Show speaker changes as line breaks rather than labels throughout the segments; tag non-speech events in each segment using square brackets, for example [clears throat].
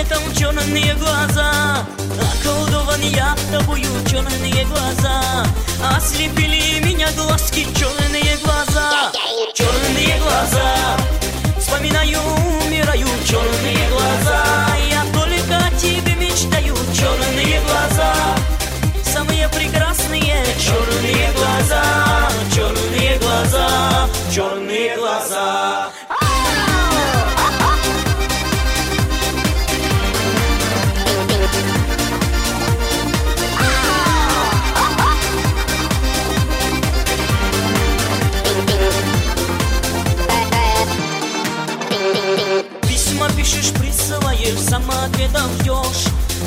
это ученые глаза Околдованные тобою черные глаза Ослепили меня глазки, черные глаза Черные глаза Вспоминаю, умираю, черные глаза Я только о тебе мечтаю, черные глаза Самые прекрасные черные глаза Черные глаза, черные глаза Письма пишешь, присылаешь, сама ответа ждешь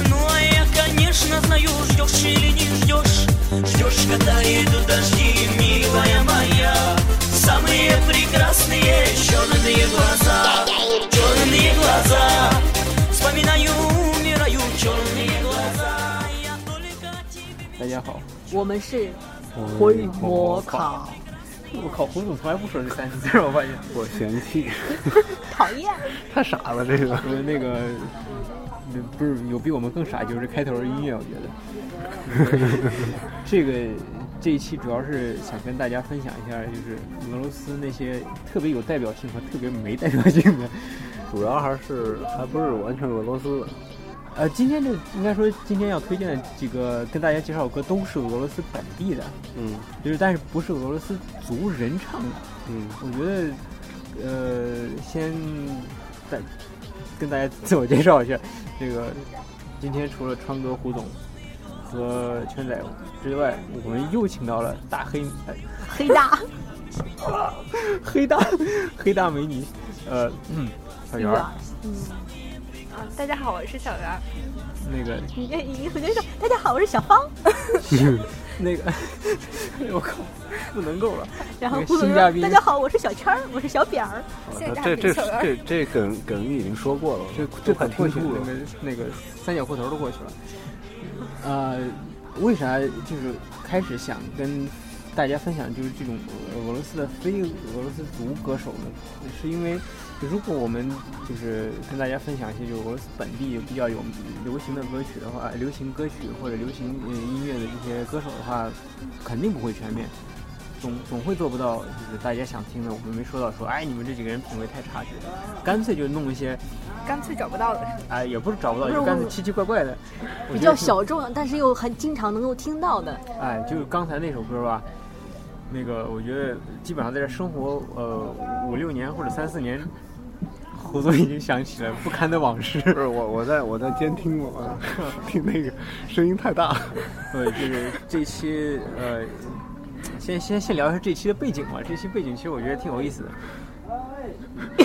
Ну а я, конечно, знаю, ждешь или не ждешь Ждешь, когда идут дожди, милая моя Самые прекрасные черные глаза Черные глаза Вспоминаю, умираю, черные глаза Я только о тебе
大家好，
我们是
魂
魂
魔
魔
考
考，
我靠，胡总从来不说这三个字儿，我发现。
我嫌弃，
[laughs] 讨厌，
太傻了这个。
我们那个嗯不是有比我们更傻，就是开头的音乐，我觉得。
[laughs]
这个这一期主要是想跟大家分享一下，就是俄罗斯那些特别有代表性和特别没代表性的。
主要还是还不是完全俄罗斯的，
呃，今天这应该说今天要推荐的几个跟大家介绍的歌都是俄罗斯本地的，
嗯
就是但是不是俄罗斯族人唱的。
嗯，
我觉得，呃，先再跟大家自我介绍一下，这个今天除了川哥、胡总和圈仔之外，我们又请到了大黑、呃
黑大
黑大 [laughs] 黑大美女，呃，嗯，小圆儿，
嗯啊，大家好，我是小圆儿。
那个
你这你我就说，大家好，我是小芳。
那个， [laughs] 我靠，不能够了，
然后
那个
胡总
新
说
嘉宾，
大家好，我是小圈儿，我是小扁儿。
谢谢大
呃这这
家小圆儿
这这梗梗已经说过了，
这
都
这
快
快过
听
去
吐
了，那个那
了。
个三角裤头都过去了。呃，为啥就是开始想跟大家分享就是这种俄俄罗斯的非俄罗斯族歌手呢？是因为如果我们就是跟大家分享一些就俄罗斯本地比较有流行的歌曲的话，流行歌曲或者流行呃音乐的这些歌手的话，肯定不会全面。总总会做不到，就是大家想听的，我们没说到说，哎，你们这几个人品味太差之类的，干脆就弄一些
干脆找不到的，
[laughs] 哎，也不是找不到，
不是
就干
我
脆奇奇怪怪的，我
比
觉得
较
是。
小众，但是又很经常能够听到的。
哎，就是刚才那首歌吧，那个我觉得基本上在这生活呃五六年或者三四年，胡总已经想起了不堪的往事。
不是我，我在我在监听我， [laughs] 听那个声音太大。
[laughs] 对，就是这期呃，先先先聊一下这期的背景吧。这期背景其实我觉得挺有意思的。 [laughs]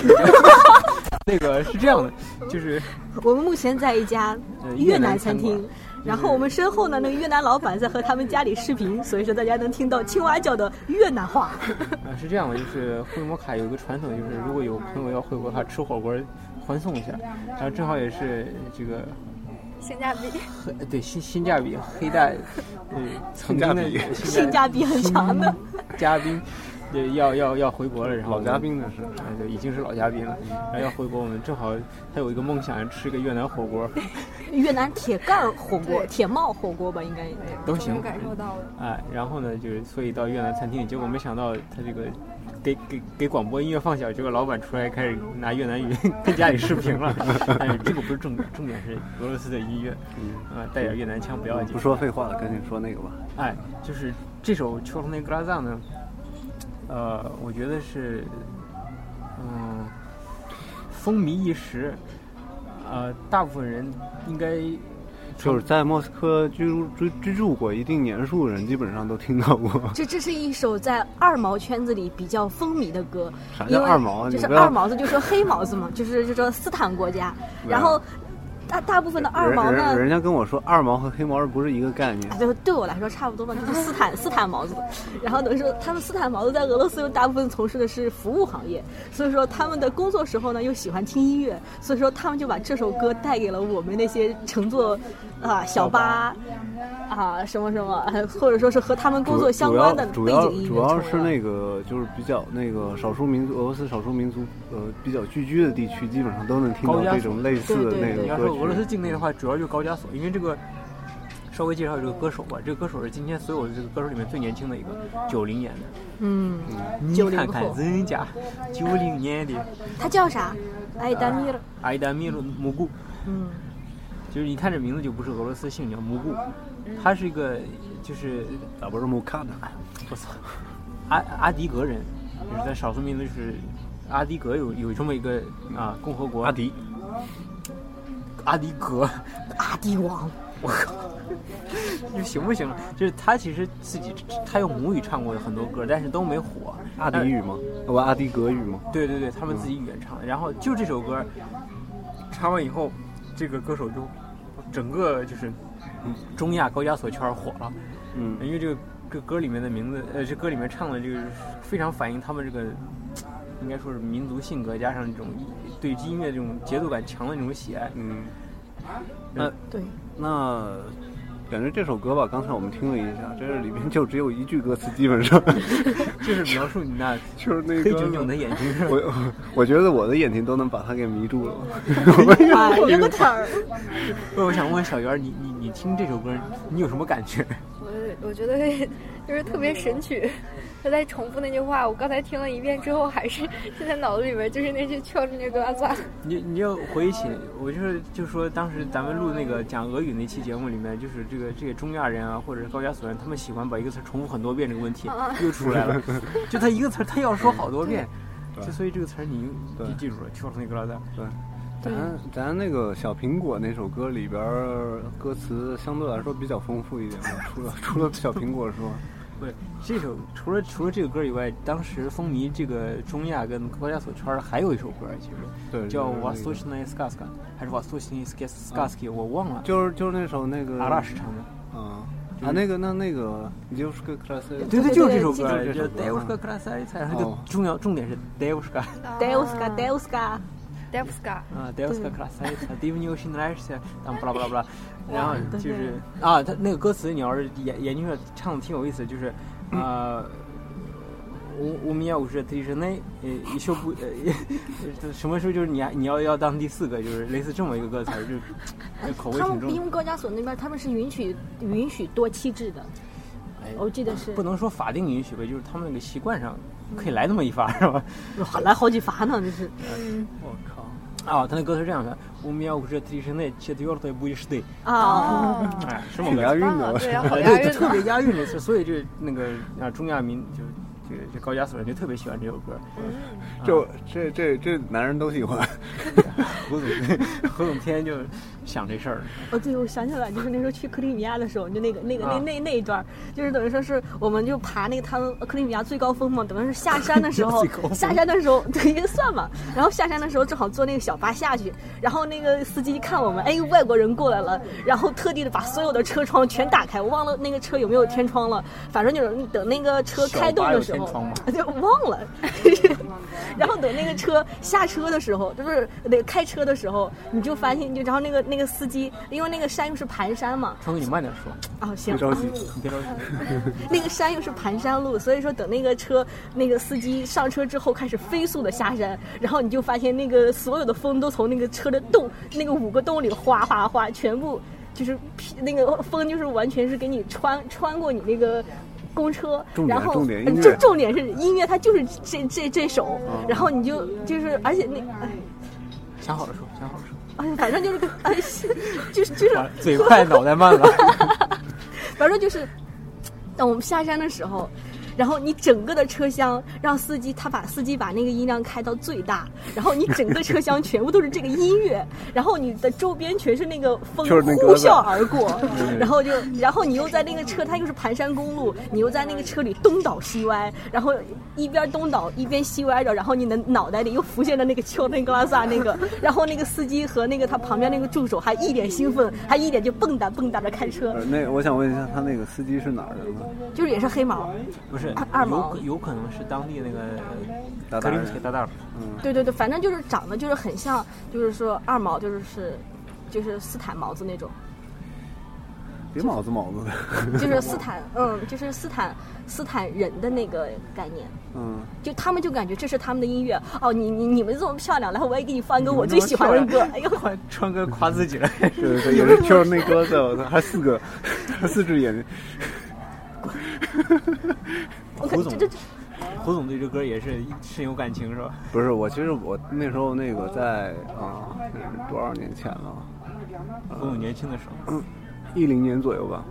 那个是这样的，就是
我们目前在一家
呃越
越
南
南
餐
餐
馆
厅，然后我们身后呢，那个越南老板在和他们家里视频，所以说大家能听到青蛙叫的越南话。
啊，是这样的，就是回摩卡有一个传统，就是如果有朋友要回国的话，吃火锅欢送一下。然后正好也是这个
性价比。
黑对新新价比黑带，呃，曾经的
性价比
新
性价比很强的，
嘉宾，呃，要要要回国了，然后
老嘉宾的是，
哎，对，已经是老嘉宾了，
嗯
然后要回国，我们正好他有一个梦想，吃个越南火锅
越南铁盖儿火锅、
对
铁帽火锅吧，应该。
都
终
行
于。感受到了，
哎，然后呢，就是所以到越南餐厅，结果没想到他这个给给给广播音乐放小，结果老板出来开始拿越
[laughs]
南语跟家里视频了。但是这个不是重点，重点是俄罗斯的音乐，
嗯，
啊、带点越南腔不要紧
不。说废话了，赶紧说那个吧。
哎，就是这首《秋龙内格拉藏》呢，呃，我觉得是，嗯、风靡一时，呃，大部分人应该
就是在莫斯科居住居居住过一定年数的人，基本上都听到过。
这这是一首在二毛圈子里比较风靡的歌，
啥
因
叫
为
二毛啊？
就
你
是
不
二
要
毛子，就说黑毛子嘛，
[laughs]
就是就说斯坦国家。
对啊
然后大大部分的二
人
毛呢
人，人家跟我说二毛和黑毛儿不是一个概念
哎。就对我来说差不多吧，就是斯坦 [laughs] 斯坦毛子。然后等于说，他们斯坦毛子在俄罗斯又大部分从事的是服务行业，所以说他们的工作时候呢又喜欢听音乐，所以说他们就把这首歌带给了我们那些乘坐啊小巴啊什么什么，呃或者说是和他 [laughs] 们工作相关的
主
背
要
景音乐。
主要是那个就是比较那个少数民族俄罗斯少数民族呃比较聚居的地区，基本上都能听到
高加索
这种类似的那
对
个
应该
歌
说俄俄罗斯境内的话，主要就是高加索，因为这个稍微介绍这个歌手吧，这个歌手是今天所有的这个歌手里面最年轻的一个，九零年的。
嗯，
你
90
看看
后
人家九零年的
他叫啥？艾达米尔。
艾达米鲁姆古，
嗯，
就是一看这名字就不是俄罗斯姓，叫姆古，
嗯
他是一个就是
咋不是木卡的？
我操，阿阿迪格人，就是在少数民族就是阿迪格有有这么一个啊共和国
阿迪，
阿迪格，
阿迪王。
我靠，就行不行？就是他其实自己他用母语唱过的很多歌，但是都没火。
阿迪语吗？不，阿迪格语吗？
对对对，他们自己原唱的。然后就这首歌，唱完以后，这个歌手就整个就是嗯中亚高加索圈儿火了，
嗯
因为这个这个歌里面的名字，呃，这歌里面唱的这个非常反映他们这个。应该说是民族性格加上这种对音乐这种节奏感强的这种喜爱，
嗯，那
对，
那感觉这首歌吧，刚才我们听了一下，这里面就只有一句歌词，基
[laughs]
本上
就是描述你那
就是那个
黑炯炯的眼睛是吧
我我我觉得我的眼睛都能把它给迷住了。
[laughs]
哎有个词儿。
那 [laughs] 我想问问小圆儿，你你你听这首歌，你有什么感觉？
我我觉得 [laughs] 就是特别神曲，他在重复那句话，我刚才听了一遍之后，还是现在脑子里边就是那句敲着那个拉 [laughs] 萨。
你你就回忆起，我就是就说当时咱们录那个讲俄语那期节目里面，就是这个这个中亚人啊，或者是高加索人，他们喜欢把一个词儿重复很多遍，这个问题
啊
又出来
[laughs]
了。就他一个词儿，他要说好多遍，
对
就所以这个词儿你就
对
就记住了，跳出那个拉的。
对，咱咱那个小苹果那首歌里边儿歌词相对来说比较丰富一点吧，除了除了小苹果说，
对，这首除了除了这个歌以外，当时风靡这个中亚跟高加索圈儿的还有一首歌，其实
对，
叫
就是
瓦
那个啊
苏什奈斯卡斯卡，还是瓦苏什奈斯卡斯卡斯基，我忘了，
就是就是那首那个
阿拉什唱的。
嗯啊那个那那个你就是个 class
对对，就是这首歌，就是
对对这首歌
Devushka Krasavitsa，然后就
哦
重要重点是 Devushka， [laughs]
Deuska Deuska。
d e v s k a
啊，Devushka Krasavitsa, d i v n y u s h i n r a s h 当巴拉巴拉巴 [laughs] 拉，然后
对
就是啊，他那个歌词你要是研研究着唱的挺有意思，就是啊。我我们要五十 t 之内，呃，一秀不呃， [laughs] 什么时候就是你要你要要当第四个，就是类似这么一个歌词儿，就是 [laughs] 呃口味
他
挺
们
重
因。为高加索那边他们是允许允许多妻制的，我记得是
不能说法定允许吧，就是他们那个习惯上可以来那么一发，是吧？
来好几发呢，那是。
我靠！啊，他那歌词是这样的：“У меня уже три жены, четвертая будешь ты。
啊，
哦，”
哎，什么
挺
歌
押
词？
韵的，
啊对啊，好押
对，
韵
就特
呢。
别押韵的词，所以这那个啊，中亚民就这个这高加索人就特别喜欢这首歌。 [laughs]
就这这这男人都喜欢，
胡总，何总天天就想这事儿。
哦，对，我想起来，就是那时候去克里米亚的时候，就那个那个那
啊
那那一段儿，就是等于说是我们就爬那个他们呃克里米亚最高峰嘛，等于是下山的时候
[laughs] 最高，峰
下山的时候 [laughs] 对也算嘛，然后下山的时候正好坐那个小巴下去，然后那个司机一看我们，哎，外国人过来了，然后特地的把所有的车窗全打开，我忘了那个车有没有天窗了，反正就是等那个车开动的时
小巴有天
候
窗吗，
[laughs] 就忘了。然后等那个车下车的时候，就是得开车的时候，你就发现，你就然后那个那个司机，因为那个山又是盘山嘛，
川哥，你慢点说，
哦行
别，着急，
你别着急。
那个山又是盘山路，所以说等那个车那个司机上车之后，开始飞速的下山，然后你就发现那个所有的风都从那个车的洞那个五个洞里哗哗哗，全部就是劈那个风就是完全是给你穿穿过你那个。公车，
重点
然后呃
重点音乐嗯
重重点是音乐，它就是这这这首，然后你就就是，而且那，哎，
想好了说，想好了说。
哎，反正就是，哎，就是就是，
完了嘴快，脑袋
[laughs]
慢了。
反正就是，等我们下山的时候，然后你整个的车厢让司机他把司机把那个音量开到最大，然后你整个车
[laughs]
厢全部都是这个音乐，然后你的周边全是那个风
就是那
呼
鸽子
啸
[laughs]
而过，然后就然后你又在那个车，它又是盘山公路，你又在那个车里东倒西歪，然后一边东倒一边西歪着，然后你的脑袋里又浮现着那个丘那格拉萨那个，然后那个司机和那个他旁边那个助手还一脸兴奋，还一脸就蹦跶蹦跶着开车，
呃那我想问一下，他那个司机是哪儿人呢？
就是也是黑毛。
不是
二二，
有
毛
可有可能是当地那个
达达
格林
人
铁达达尔。
对对对，反正就是长得就是很
[laughs]
像，就是说二毛就是是，就是斯坦毛子那种。
别毛子毛子的， [laughs]
就是斯坦，嗯，就是斯坦斯坦人的那个概念，
嗯，
就他们就感觉这是他们的音乐。哦，你你你们这么漂亮，来我也给你放一个我最喜欢的
[laughs]
歌。哎呦，
川川哥夸自己了， [laughs]
对对对，有人跳那歌的，我操，还四个，还四只眼睛，
我可
胡
这
总
这这，
胡总对这歌也是深有感情是吧？
不是我，其实我那时候那个在啊、是多少年前了，
胡总年轻的时候，
一零年左右吧，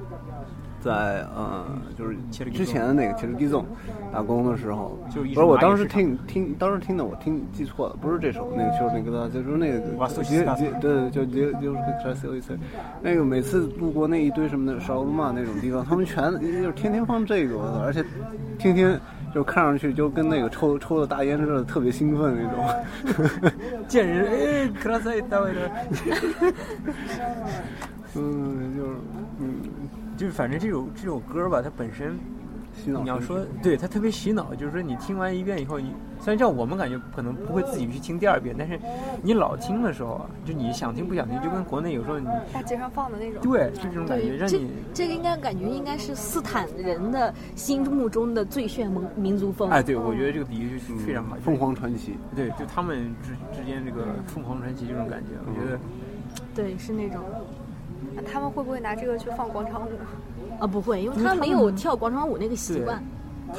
在呃，就是
切尔吉
之前的那个切尔吉纵打工的时候，
就是一
不
首
是我
马也
当时
是
听听当时听的我听记错了，不是这首那个就是那个就是那
哇
个
苏西
杰
斯塔斯
杰对对就杰就是克斯有一次，那个每次路过那一堆什么的烧鲁玛那种地方，他们全 [laughs] 就是天天放这个，我操，而且天天。就看上去就跟那个抽抽了大烟似的，特别兴奋那种。 [laughs]
见人哎，克拉塞大卫的，
嗯，就是嗯，
就是反正这首这首歌吧，它本身
洗脑。嗯
你要说对它特别洗脑，就是说你听完一遍以后，你虽然像我们感觉可能不会自己去听第二遍，但是你老听的时候啊，就你想听不想听，就跟国内有时候你
大街上放的那种。
对就这种感觉，让
这
你
这个应该感觉应该是斯坦人的心目中的最炫民民族风。
哎，对我觉得这个比喻就非常好，就是
嗯凤凰嗯传奇，
对，就他们之之间这个凤凰传奇这种感觉，我觉得
对，是那种
那他们会不会拿这个去放广场舞？
啊，不会，因为
因为
他
他
没
们
有跳广场舞那个习
对
惯。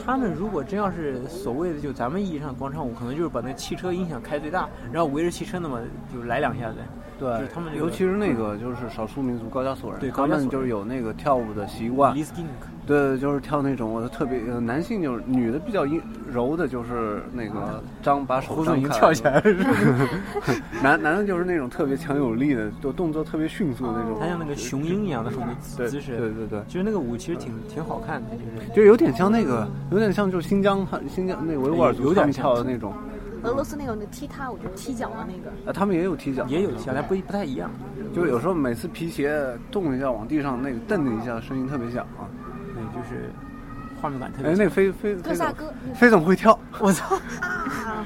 他们如果真要是所谓的就咱们意义上的广场舞，可能就是把那汽车音响开最大，然后围着汽车那么就来两下子。就是
对
他们这个
尤其是那个就是少数民族高加索人，
对
他
高加索
们
人嗯
就是有那个跳舞的习惯
l，i s k i n
对，就是跳那种我特别呃男性就是女的比较阴柔的，就是那个张把手
胡总已经
张开
跳起 [laughs] 来了，是不是？
男男的就是那种特别强有力的，就动作特别迅速的那种，
他像那个雄鹰一样的什么
对
姿势，
对对对。
其实那个舞其实挺挺好看的，就是
就有点像那个，有点像就是新疆，他新疆那个维吾尔族
有点
他们
像
跳的那种，
俄罗斯那种的踢踏舞，就踢脚的那个。
啊，他们也有踢脚，
也有其他，但不不太一样。
就是有时候每次皮鞋动一下往地上那个蹬一下，声音特别响啊。
对，就是画面感特别
哎，
强。
那飞飞
哥
飞
萨
总
哥，
飞总会跳，
我操，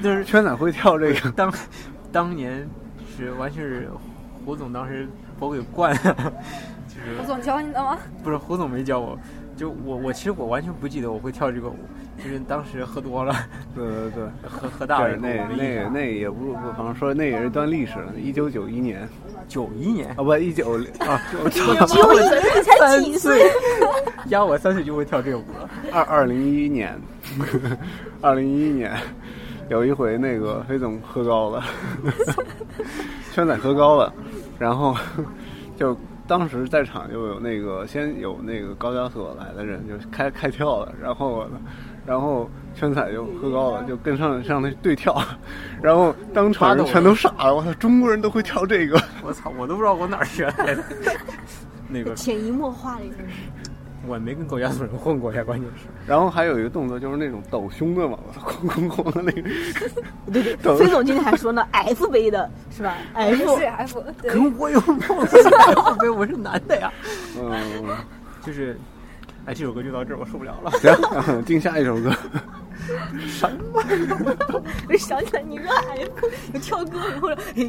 就是
圈仔会跳这 [laughs]
[laughs]
个。
当当年是完全是胡总当时把我给惯了， [laughs] 就是
我总教你的吗？
[laughs] 不是胡总没教我，就我我其实我完全不记得我会跳这个舞，就是当时喝多了，
对对对。
喝喝
大
大了
那
以后没
那
印象，
那那也不不妨说，那也是段历史了。一九九一年
九一年
啊，，不一九啊，我操，
只有一个人才
三
几岁，
岁， [laughs] 压我三岁就会跳这个舞了。
二二零一一年，二零一一年有一回那个黑总喝高了， [laughs] 圈仔喝高了，然后就当时在场就有那个先有那个高加索来的人就开开跳了，然后我然后圈仔就喝高了，就跟上上那对跳，然后当场人全都傻了，我操，中国人都会跳这个。
我操，我都不知道我哪儿学来的。 [laughs] 那个
潜移默化的一个人。
我没跟高加索人混过呀，关键是
然后还有一个动作就是那种抖胸的嘛，我操，哐哐哐的那个，
对对，
抖
崔总今天还说呢，F 杯的哎是吧？F
是 F，对
跟我有毛 [laughs] 线关系？我是男的呀。
嗯，
就是，哎，这首歌就到这儿，我受不了了。
行，定下一首歌。
什么？
我想起来你说 F，有跳歌舞或者哎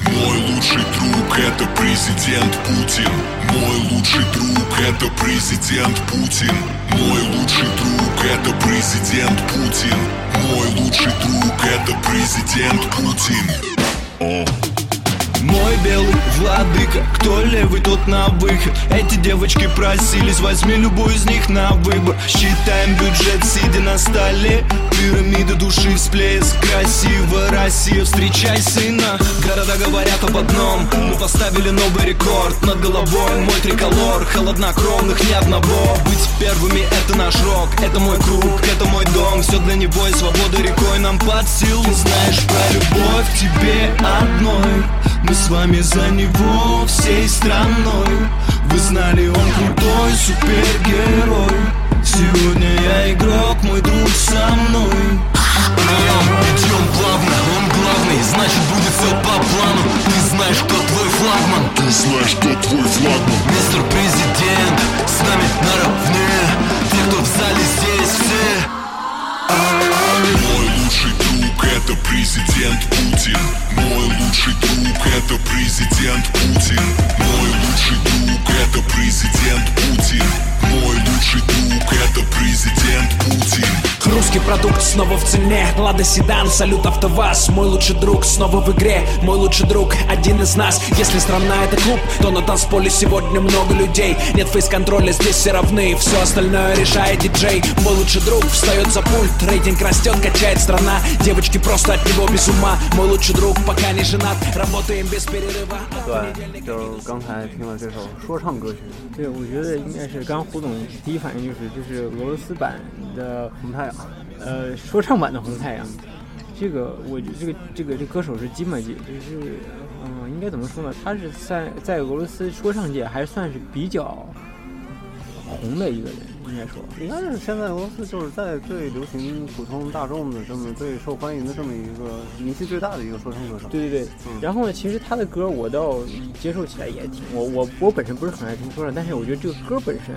Мой лучший друг это президент Путин. Мой лучший друг это президент Путин. Мой лучший друг это президент Путин. Мой лучший друг это президент Путин.
Мой белый владыка, кто левый, тот на выход Эти девочки просились, возьми любую из них на выбор Считаем бюджет, сидя на столе Пирамида души всплеск Красиво, Россия, встречай сына Города говорят об одном Мы поставили новый рекорд Над головой мой триколор Холоднокровных ни одного Быть первыми это наш рок Это мой круг, это мой дом Все для него и свобода рекой нам под силу Знаешь про любовь тебе одной Мы с вами за него всей страной Вы знали, он крутой супергерой Сегодня я игрок, мой друг со мной Идем плавно, он главный, значит будет все по плану Ты знаешь, кто твой флагман
Ты знаешь, кто твой флагман?
Мистер Президент, с нами наравне
президент Путин Мой лучший друг это президент Путин Мой лучший друг это президент Путин Мой лучший друг это президент Путин
Русский продукт снова в цене Лада седан, салют АвтоВАЗ Мой лучший друг снова в игре Мой лучший друг один из нас Если страна это клуб, то на танцполе сегодня много людей Нет фейс-контроля, здесь все равны Все остальное решает диджей Мой лучший друг встает за пульт Рейтинг растет, качает страна Девочки просто от него без ума Мой лучший друг пока не женат Работаем без перерыва
对，就是刚才听了这首说唱歌曲。对，我觉得应该是刚胡总第一反应就是就是俄罗斯版的红太阳，呃，说唱版的红太阳。这个我觉得这个这个这歌手是基马姐，就是嗯、应该怎么说呢？他是在在俄罗斯说唱界还算是比较红的一个人，应该说。
应该是现在俄罗斯就是在最流行普通大众的这么最受欢迎的这么一个名气最大的一个说唱歌手。
对对对，
嗯
然后呢，其实他的歌我倒接受起来也挺，我我我本身不是很爱听说唱，但是我觉得这个歌本身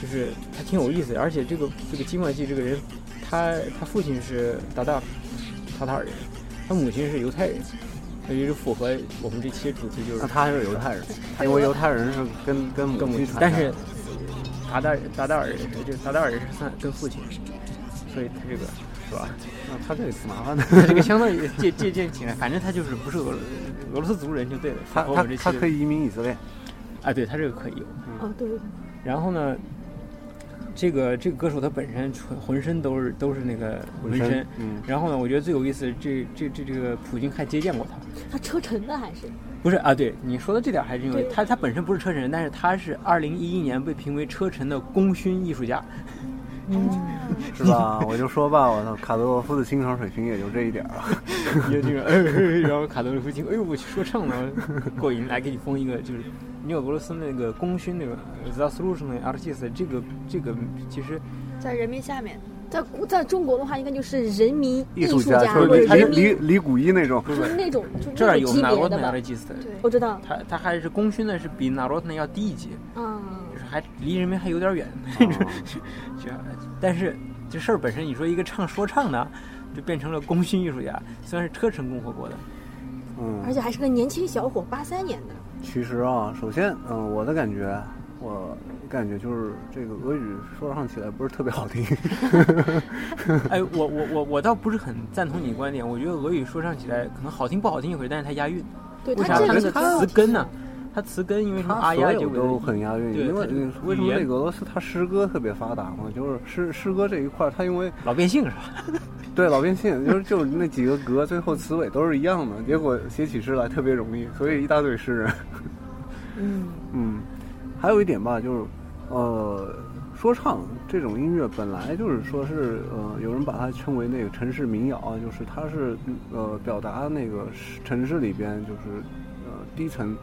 就是还挺有意思的，而且这个这个金马季这个人，他他父亲是鞑靼塔塔尔人，他母亲是犹太人，所以就符合我们这期的主题就是
那他还是犹太人，因为犹太人是跟跟
跟
母
母
亲
亲
传，
但是鞑靼鞑靼人是就鞑靼人是算跟父亲，所以他这个是
[laughs]
吧？
那他这个挺麻烦的。
他这个相当于借借鉴起来，反正他就是不是俄罗俄罗斯族人就对了，符
[laughs] 他
合我
他
们这期
他
的
可以移民以色列，
啊，对他这个可以有。
哦，对对对，
然后呢，这个这个歌手他本身纯浑身都是都是那个纹
身
身，
嗯
然后呢，我觉得最有意思，这这这这个普京还接见过他，
他车臣的还是
不是啊？对你说的这点还是因为
对
他他本身不是车臣，但是他是二零一一年被评为车臣的功勋艺术
[laughs]
家，[laughs]
是吧？我就说吧，我操，卡德罗夫的欣赏水平也就这一点儿啊。
也就是哎 [laughs] 哎，然后卡德罗夫听，哎呦我去说唱呢，过瘾，来给你封一个就是。你有俄罗斯那个功勋那个 The s l u t i o n Artist 这个这个其实
在人民下面，
在在中国的话，应该就是人民艺术
家，
或
就是
者人
李李
民，
李谷一那种，
就是那种就是
这儿
那
有
种级
n a r o
别
d
的
n y
吧。
Artist，
对，
我知道，
他他还是功勋呢，是比纳罗特要低一级，
嗯
就，是还离人民还有点远。
哦
[laughs] 这样但是这事儿本身，你说一个唱说唱的，就变成了功勋艺术家，虽然是车臣共和国的，
嗯
而，且还是个年轻小伙，八三年的，
其实啊，首先，嗯，我的感觉，我感觉就是这个俄语说唱起来不是特别好
[laughs]
听。
哎，我我我我倒不是很赞同你的观点，我觉得俄语说唱起来可能好听不好听一回事，但是它押韵，
对
为
他
啥？
这
它
样
的
就
词根呢？它词根因为什么
他
啊
[laughs] 所
呀
有
就
都很押韵，
对
因为
它
嗯为什
语
么
言
那个俄罗斯他诗歌特别发达嘛？就是诗诗歌这一块儿，他因为
老变性是吧？ [laughs]
对老变性，就是就是那几个格，最后词尾都是一样的，结果写起诗来特别容易，所以一大堆诗人。
嗯，
嗯，还有一点吧，就是呃，说唱这种音乐本来就是说是呃，有人把它称为那个城市民谣啊，就是它是呃表达那个是城市里边就是呃低层。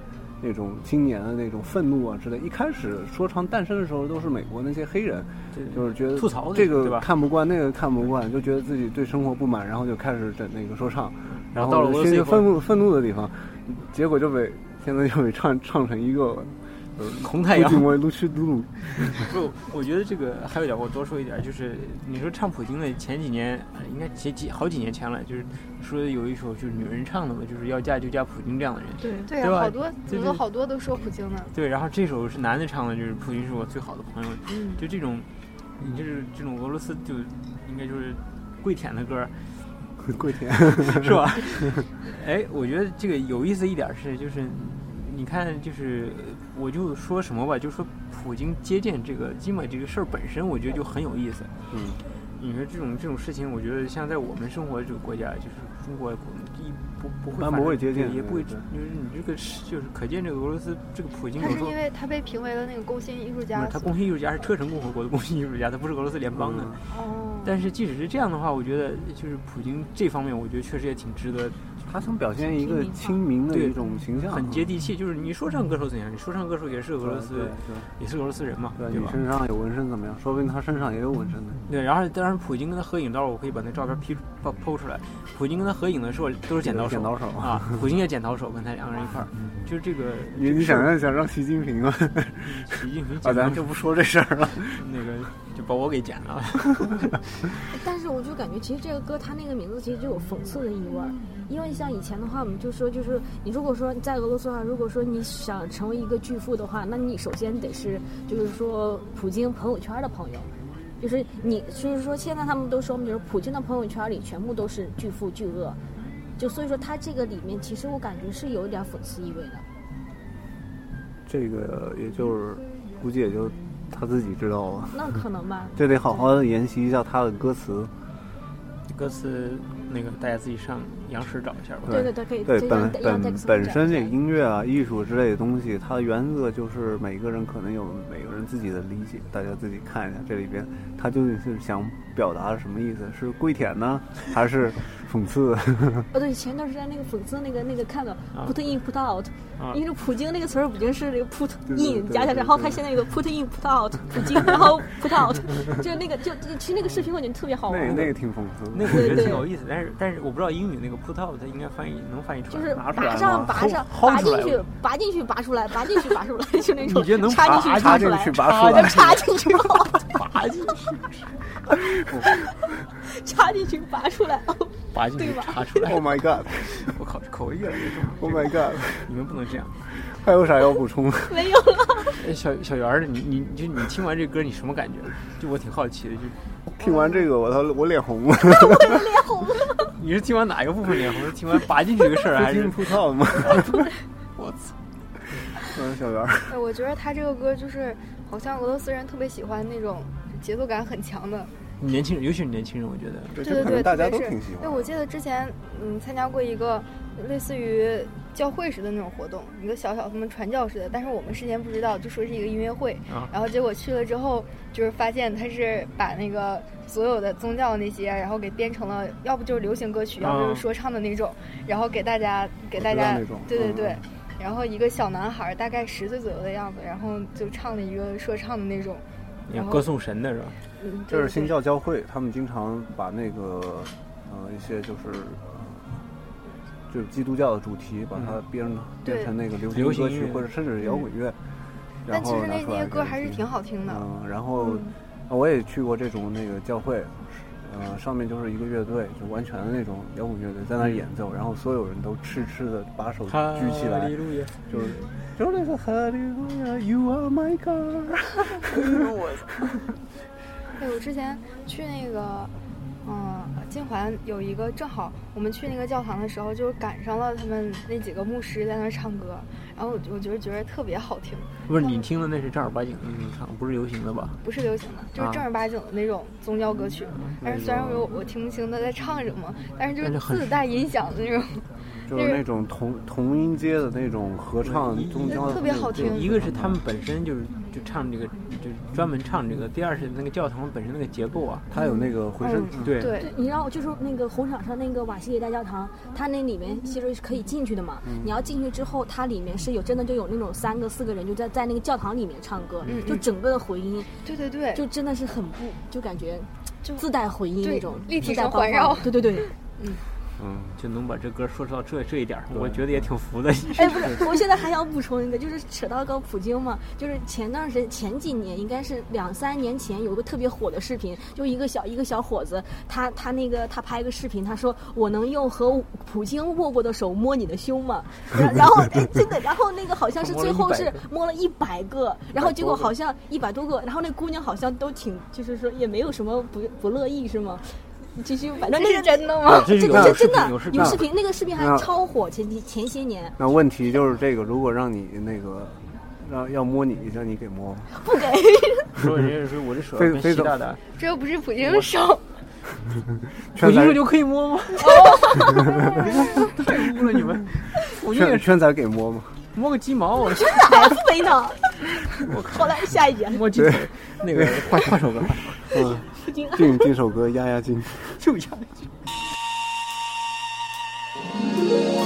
那种青年的那种愤怒啊之类，一开始说唱诞生的时候都是美国那些黑人，就是觉得
吐槽的
这
对
个
吧
看不惯，那个看不惯，就觉得自己对生活不满，然后就开始整那个说唱，然后
到了俄罗斯
宣
以
泄
后
愤怒愤怒的地方，结果就被现在就被唱唱成一个
红太阳
不仅为卢区嘟噜，
不，我觉得这个还有一点，我多说一点，就是你说唱普京的前几年，呃应该前几好几年前了，就是说有一首就是女人唱的嘛，就是要嫁就嫁普京这样的人。
对
对
对吧
啊，好多
对
怎
对
么好多都说普京呢？
对，然后这首是男的唱的，就是普京是我最好的朋友，
嗯
就这种，你就是这种俄罗斯就应该就是跪舔的歌儿，
跪舔。
是吧？ [laughs] 哎，我觉得这个有意思一点是，就是你看，就是我就说什么吧，就说普京接见这个基马这个事儿本身，我觉得就很有意思。
[laughs] 嗯，
你说这种这种事情，我觉得像在我们生活的这个国家，就是中国一不不会
一般
发生
不会接见
对也不会，就
对
是你这个是就是可见这个俄罗斯这个普京
他
有
是
时候
因为他被评为了那个工薪艺术
不
家
是，他功勋艺术家是车臣共和国的功勋艺术家，他不是俄罗斯联邦的。
嗯
哦，
但是即使是这样的话，我觉得就是普京这方面，我觉得确实也挺值得，
他想表现一个亲民的
对
一种形象，
很接地气。就是你说唱歌手怎样，你说唱歌手也是
嗯
俄罗
啊对
斯，
对
也是俄罗斯人嘛，
对
对
你
吧？
身上有纹身怎么样？说不定他身上也有纹身呢。
对，然后当然普京跟他合影，到时候我可以把那照片 P 抛抛出来。普京跟他合影的时候都是剪刀手，
剪刀手 [laughs] 嗯
啊，普京也剪刀手，跟他两个人一块儿，就是这个。
你
这个
你
事儿
想让想让习近平啊？ [laughs]
习近平
啊，
剪刀
咱就不说这事儿了。
那个就把我给剪了。
但是我我就感觉其实这个歌它那个名字其实就有讽刺的意味儿，因为像以前的话，我们就说就是你如果说在俄罗斯的话，如果说你想成为一个巨富的话，那你首先得是就是说普京朋友圈的朋友。就是你，就是说，现在他们都说，就是普京的朋友圈里全部都是巨富巨恶，就所以说他这个里面，其实我感觉是有一点讽刺意味的。
[laughs] 这个也就是估计也就他自己知道了，
那可能吧，
这得好好的研习一下他的歌词。
歌词那个大家自己上央视找一下吧。
对对对，可以
对
这样
本
让
本
Dex
本
讲
身
一下
这个音乐啊、艺术之类的东西，它的原则就是每个人可能有每个人自己的理解，大家自己看一下这里边他究竟是想表达什么意思，是跪舔呢，还是讽刺？ [laughs]
哦，对，前段时间那个讽刺那个那个看到
啊
put in put out，、
啊
因为普京那个词儿已经是那个 put
对对
in
对
加起来，
对
然后
对
他现在有个 put in put out，普京，然后 put out，就 [laughs] 那个就就其实那个视频我觉得特别好
那
玩。
那个挺讽刺的。
那个我觉
对
得
对
挺有意思，但是但是我不知道英语那个 put out 它应该翻译能翻译出
就
来，
是
拿出
拔
来
上
吗？
拔上
薅
拔
薅出
进
来
去
吗，
拔进去拔出来，拔进去拔出来，就那种
你这能
插进去
插
插
进
出来
去，拔出来
然后，插进
[laughs]
去拔，
拔进去，
[laughs] 插进去拔出来。哦
拔进去
对吧
查出来 [laughs]
Oh。my god! [laughs]
我靠，这口味越来越重。
Oh my god! [laughs]
你们不能这样。
还有啥要补充？
没有了，
哎，小小圆儿，你你就你听完这歌，你什么感觉？就我挺好奇的，就
[laughs] 听完这个，我操，我脸红了。
脸红了。
你是听完哪一个部分
[laughs]
脸红？是听完拔进去这个事儿，还
听
是
葡
[laughs]
萄吗？
我操？
嗯，小圆儿，
哎我觉得他这个歌就是好像俄罗斯人特别喜欢那种节奏感很强的，
年轻人，尤其是年轻人，我觉得
对
对对对，
大
特
家
别
都
是
挺喜
对，
欢。
我记得之前嗯参加过一个类似于教会式的那种活动，一个小小他们传教式的，但是我们事先不知道，就说是一个音乐会，
啊
然后结果去了之后，就是发现他是把那个所有的宗教那些，然后给编成了，要不就是流行歌曲，
啊
要不就是说唱的那种，然后给大家给
我
大
知道
家
那种，
对对
嗯
对。
嗯
然后一个小男孩儿大概十岁左右的样子，然后就唱了一个说唱的那种，
你
然后
歌颂神的是吧？
嗯，
就是
对
新
对
教教会，他们经常把那个呃一些就是呃就是基督教的主题，把
嗯
它编编成那个流
流行
行歌
音
曲，
乐
或者甚至摇滚乐，然
嗯但其
后
实
拿
那
出
那
来
些歌
给
还是
听
挺好听的。
嗯，然后呃我也去过这种那个教会，呃，上面就是一个乐队，就完全的那种摇滚乐队在那儿演奏，然后所有人都痴痴的把手举起
嗯哦哈
来
利，路亚
就是就是那个哈利路亚，You are my God，
对，我之前去那个，嗯，金环有一个，正好我们去那个教堂的时候，就是赶上了他们那几个牧师在那儿唱歌，然后我我觉得觉得特别好听，
不是你听的那是正儿八经的那种唱，不是流行的吧？
不是流行的，就是
啊
正儿八经的那种宗教歌曲。但是虽然我我听不清他在唱什么，但是就
嗯哎但是
是
很
自带音响的那种，
就是那种同同音阶的那种合唱
对一，
中间的
特别好听
一个是他们本身就是就唱这个，就是专门唱这个；第二是那个教堂本身那个结构啊，
它有那个回声，
嗯
对
对
对，你让我就是那个红场上那个瓦西里大教堂，它那里
嗯
面其实是可以进去的嘛。你要进去之后，它里面是有真的就有那种三个四个人就在在那个教堂里面唱歌，
嗯
就整个的回音，
对对对，
就真的是很不就感觉
就
自带回音
对
那种
立体
自带
声
包
环绕
放对对对。
嗯，
就能把这歌说到这这一点儿，我觉得也挺服
[laughs]
的。
哎， [laughs] 不是，我现在还想补充一个，就是扯到个普京嘛，就是前段时间前几年，应该是两三年前，有个特别火的视频，就一个小一个小伙子，他他那个他拍一个视频，他说我能用和普京握过的手摸你的胸吗？然然后哎真的，然后那个好像是最后是摸了一百个，然后结果好像一百多个，然后那姑娘好像都挺就是说也没有什么不不乐意是吗？其实反正
这
那
是
个
真的吗？
这
这
是
这
有
真的
有视频
有视频，那个视频还
那
超火前几前些年。
那问题就是这个，如果让你那个让要摸你，让你给摸吗，
[laughs]
说人家说我这手
非
跟
非
习大大，
这又不是普京手，
普
圈
京
仔
说就可以
[laughs]
摸 [laughs] 吗？太污了你们！我就也
圈
是
圈仔给摸吗？
摸个鸡毛，啊我去
还不
[laughs]
飞呢？好了，下一节啊
摸鸡腿。那
[laughs]
个换换首歌，
嗯，进这首歌压压惊，
就一下去。
e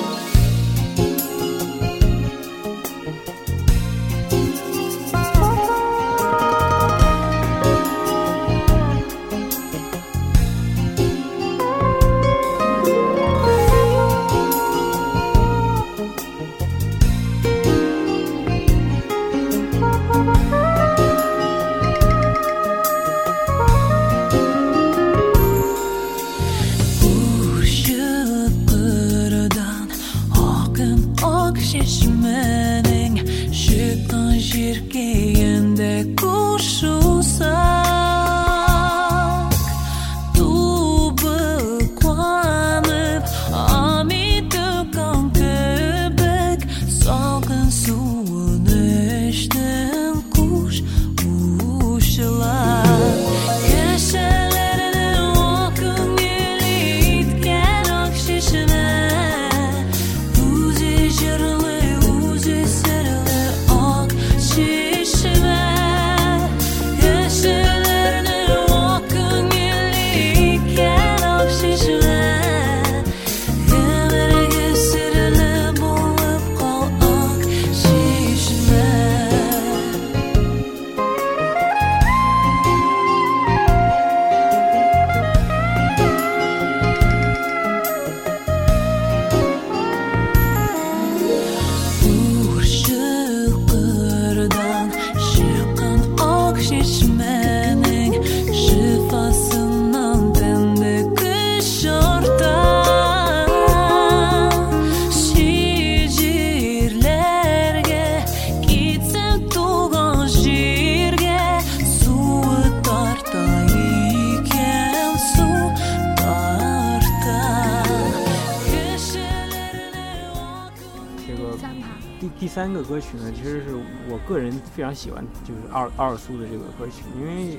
第第三个歌曲呢，其实是我个人非常喜欢，就是奥奥尔苏的这个歌曲，因为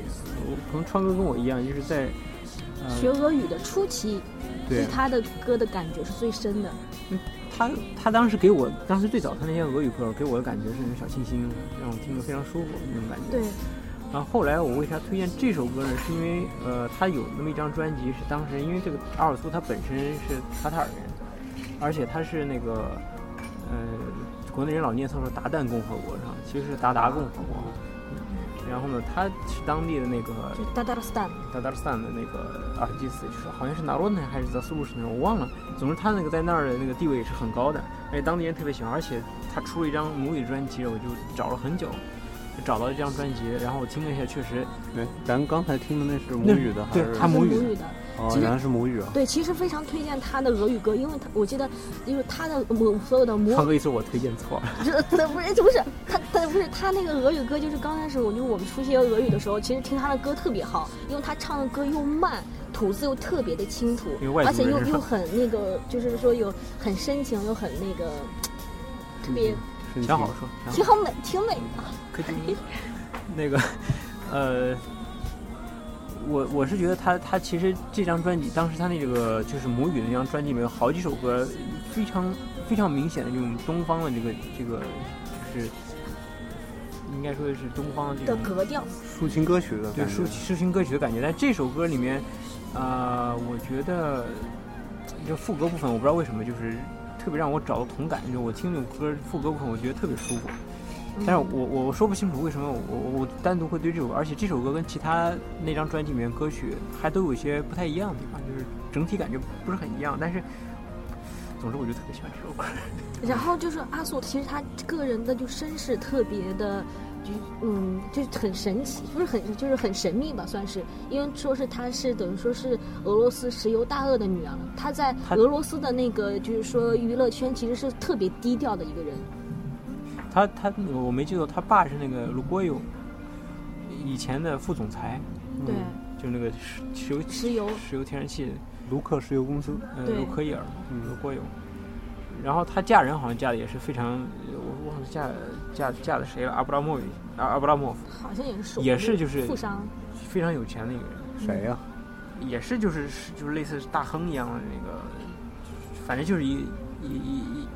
我可能川哥跟我一样，就是在呃
学俄语的初期，
对
对他的歌的感觉是最深的。
他他当时给我当时最早他那些俄语歌给我的感觉是那种小清新，让我听着非常舒服那种感觉。
对，
然后后来我为啥推荐这首歌呢？是因为呃，他有那么一张专辑是当时因为这个阿尔苏他本身是塔塔尔人，而且他是那个呃，国内人老念凑是达旦共和国上，其实是达达共和国。嗯然后呢，他是当地的那个
就哒哒哒哒，
达达尔斯坦的那个阿基斯，就是好像是纳罗呢还是在苏鲁什呢，我忘了。总之他那个在那儿的那个地位是很高的，而且当地人特别喜欢，而且他出了一张母语专辑，我就找了很久，就找到这张专辑，然后我听了一下，确实
对，哎咱刚才听的那是母
那
语的还
对
是？
他母
母
语
语的。
哦
其，实
原来是母语啊。
对，其实非常推荐他的俄语歌，因为他我记得，因为他的我所有的模
唱歌一次我推荐错了，
这这不是这不是 [laughs] 他他不是他那个俄语歌，就是刚开始我就我们初学俄语的时候，其实听他的歌特别好，因为他唱的歌又慢，吐字又特别的清楚
因为外，族
而且又
人
又很那个，就是说有很深情，又很那个，特别
是你
[laughs] 挺好
听
说，
挺好美挺美的。
可以。 [laughs] 那个，呃，我我是觉得他他其实这张专辑，当时他那个就是母语的那张专辑里面有好几首歌，非常非常明显的这种东方的这个这个就是应该说是东方的这
的
种
格调，
抒情歌曲的
对
感觉
抒。抒情歌曲的感觉。但这首歌里面，啊、我觉得就副歌部分，我不知道为什么就是特别让我找到同感，就是我听这首歌副歌部分，我觉得特别舒服。
嗯
但是我我我说不清楚为什么我我我单独会对这首歌，而且这首歌跟其他那张专辑里面歌曲还都有一些不太一样的地方，就是整体感觉不是很一样。但是，总之我就特别喜欢这首歌。
然后就是阿素，其实他个人的就身世特别的，就嗯，就是很神奇，不是很就是很神秘吧，算是，因为说是他是等于说是俄罗斯石油大鳄的女儿，她在
她
俄罗斯的那个就是说娱乐圈其实是特别低调的一个人，
他他我没记错，他爸是那个卢锅友，以前的副总裁。
对，
就那个石石油
石油
石油天然气，
卢克石油公司，
呃，
对
卢科伊尔，
嗯
卢国友。然后她嫁人好像嫁的也是非常，呃我忘了嫁嫁嫁的谁了，阿布拉莫维，阿阿布拉莫夫，
好像也是首
也是就是
富商，
非常有钱的一个人，
谁呀？
也是就是就是类似大亨一样的那个，反正就是一一一一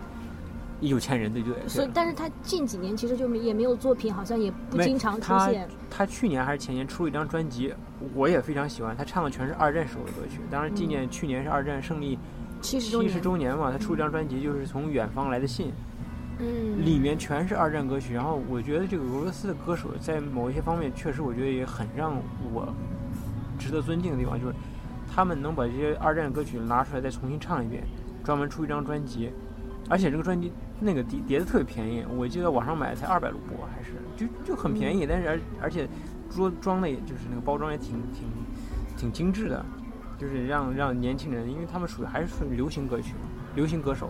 一有钱人对对。对
所以但是他近几年其实就没也没有作品，好像也不
没
经常出
他
现，
他去年还是前年出了一张专辑，我也非常喜欢。他唱的全是二战时候的歌曲，当然纪念去年是二战胜利
七十周
七十
年，
周年嘛，他出一张专辑就是从远方来的信，
嗯，
里面全是二战歌曲。然后我觉得这个俄罗斯的歌手在某一些方面，确实我觉得也很让我值得尊敬的地方，就是他们能把这些二战歌曲拿出来再重新唱一遍，专门出一张专辑，而且这个专辑那个碟碟子特别便宜，我记得网上买才二百卢布还是就就很便宜，但是而而且装装的也就是那个包装也挺挺挺精致的。就是让让年轻人，因为他们属于还是属于流行歌曲嘛，流行歌手，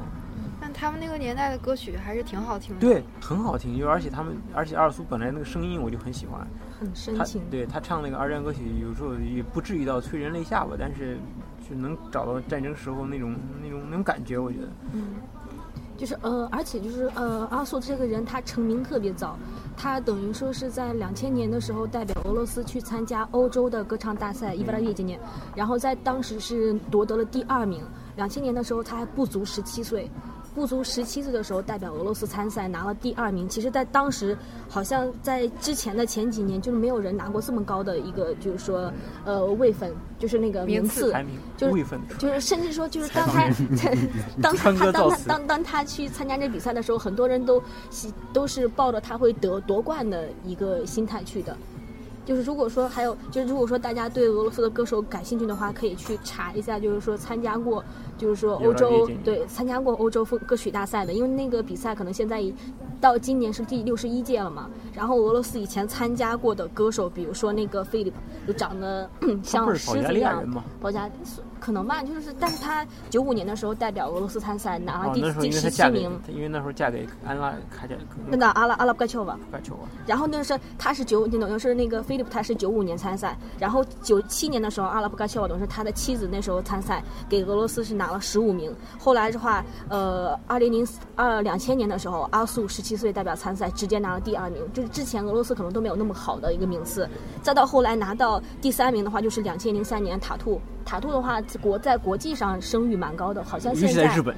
但他们那个年代的歌曲还是挺好
嗯
听的。
对，很好听，就是而且他们，而且阿尔苏本来那个声音我就很喜欢，
很深
他
情。
对他唱那个二战歌曲，有时候也不至于到催人泪下吧，但是就能找到战争时候那种那种那种感觉，我觉得。
就是呃，而且就是呃，阿素这个人他成名特别早，他等于说是在两千年的时候代表俄罗斯去参加欧洲的歌唱大赛伊巴
嗯
拉月纪念，然后在当时是夺得了第二名。两千年的时候他还不足十七岁，不足十七岁的时候代表俄罗斯参赛拿了第二名。其实，在当时好像在之前的前几年，就是没有人拿过这么高的一个，就是说呃位分，就是那个
名
名
次
次
排名
就是
位分
就是甚至说，就是当他 [laughs] 当他
川哥
他当
造
他
词
当当他去参加这比赛的时候，很多人都喜都是抱着他会得夺冠的一个心态去的。就是如果说还有，就是如果说大家对俄罗斯的歌手感兴趣的话，可以去查一下，就是说参加过，就是说欧
有了
洲
解解
对参加过欧洲风歌曲大赛的，因为那个比赛可能现在已到今年是第六十一届了嘛。然后俄罗斯以前参加过的歌手，比如说那个菲利普，就长得 [clears throat] 像
不是保
狮
加
子
利
一
亚
样
人吗，
保加可能吧，就是但是他九五年的时候代表俄罗斯参赛拿
哦
了，第、
那时候
啊第
因为她
十七
嫁给
名，，
因为那时候嫁给安拉卡贾
那个阿拉阿拉布盖丘娃。
卡丘啊，
然后那是他是九，等于是那个菲利普他是九五年参赛，然后九七年的时候阿拉布盖切瓦等于是他的妻子那时候参赛，给俄罗斯是拿了十五名。后来的话，呃，二零零二两千年的时候，阿素十七岁代表参赛，直接拿了第二名，就是之前俄罗斯可能都没有那么好的一个名次。再到后来拿到第三名的话，就是两千零三年塔兔，塔兔的话国在国际上声誉蛮高的，好像
尤
现
其在日本，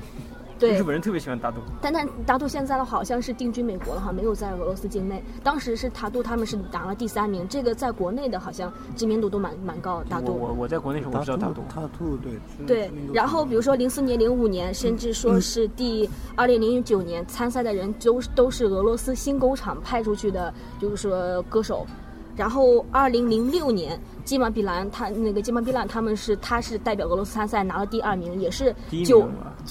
对
日本人特别喜欢打赌，
但但达杜现在的话好像是定居美国了哈，没有在俄罗斯境内。当时是塔杜他们是拿了第三名，这个在国内的好像知名度都蛮蛮高。达
我
杜
我我在国内时候我知道打赌，
他吐对
对，然后比如说零四年、零五年，甚至说
嗯
是第二零零九年参赛的人都是都是俄罗斯新工厂派出去的，就是说歌手。然后二零零六年，基马比兰他那个基马比兰他们是他是代表俄罗斯参赛拿了第二名，也是
第一名
久
吧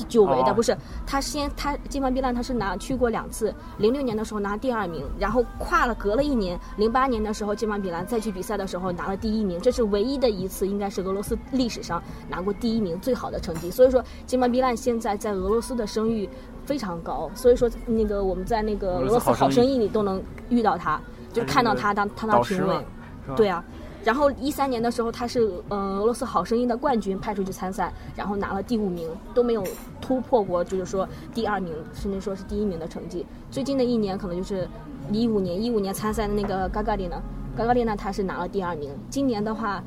久违的，
哦
不是他先他金帆碧浪他是拿去过两次，零六年的时候拿第二名，然后跨了隔了一年，零八年的时候金帆碧浪再去比赛的时候拿了第一名，这是唯一的一次，应该是俄罗斯历史上拿过第一名最好的成绩。所以说金帆碧浪现在在俄罗斯的声誉非常高，所以说那个我们在那个
俄
俄
罗
罗
斯
斯
好
好
声
声
音
音里都能遇到他，就看到他当他当
导师
评委
嘛。是吧
对啊。然后一三年的时候，他是呃俄罗斯好声音的冠军派出去参赛，然后拿了第五名，都没有突破过，就是说第二名，甚至说是第一名的成绩。最近的一年可能就是一五年，一五年参赛的那个嘎嘎里呢，嘎嘎里呢他是拿了第二名。今年的话，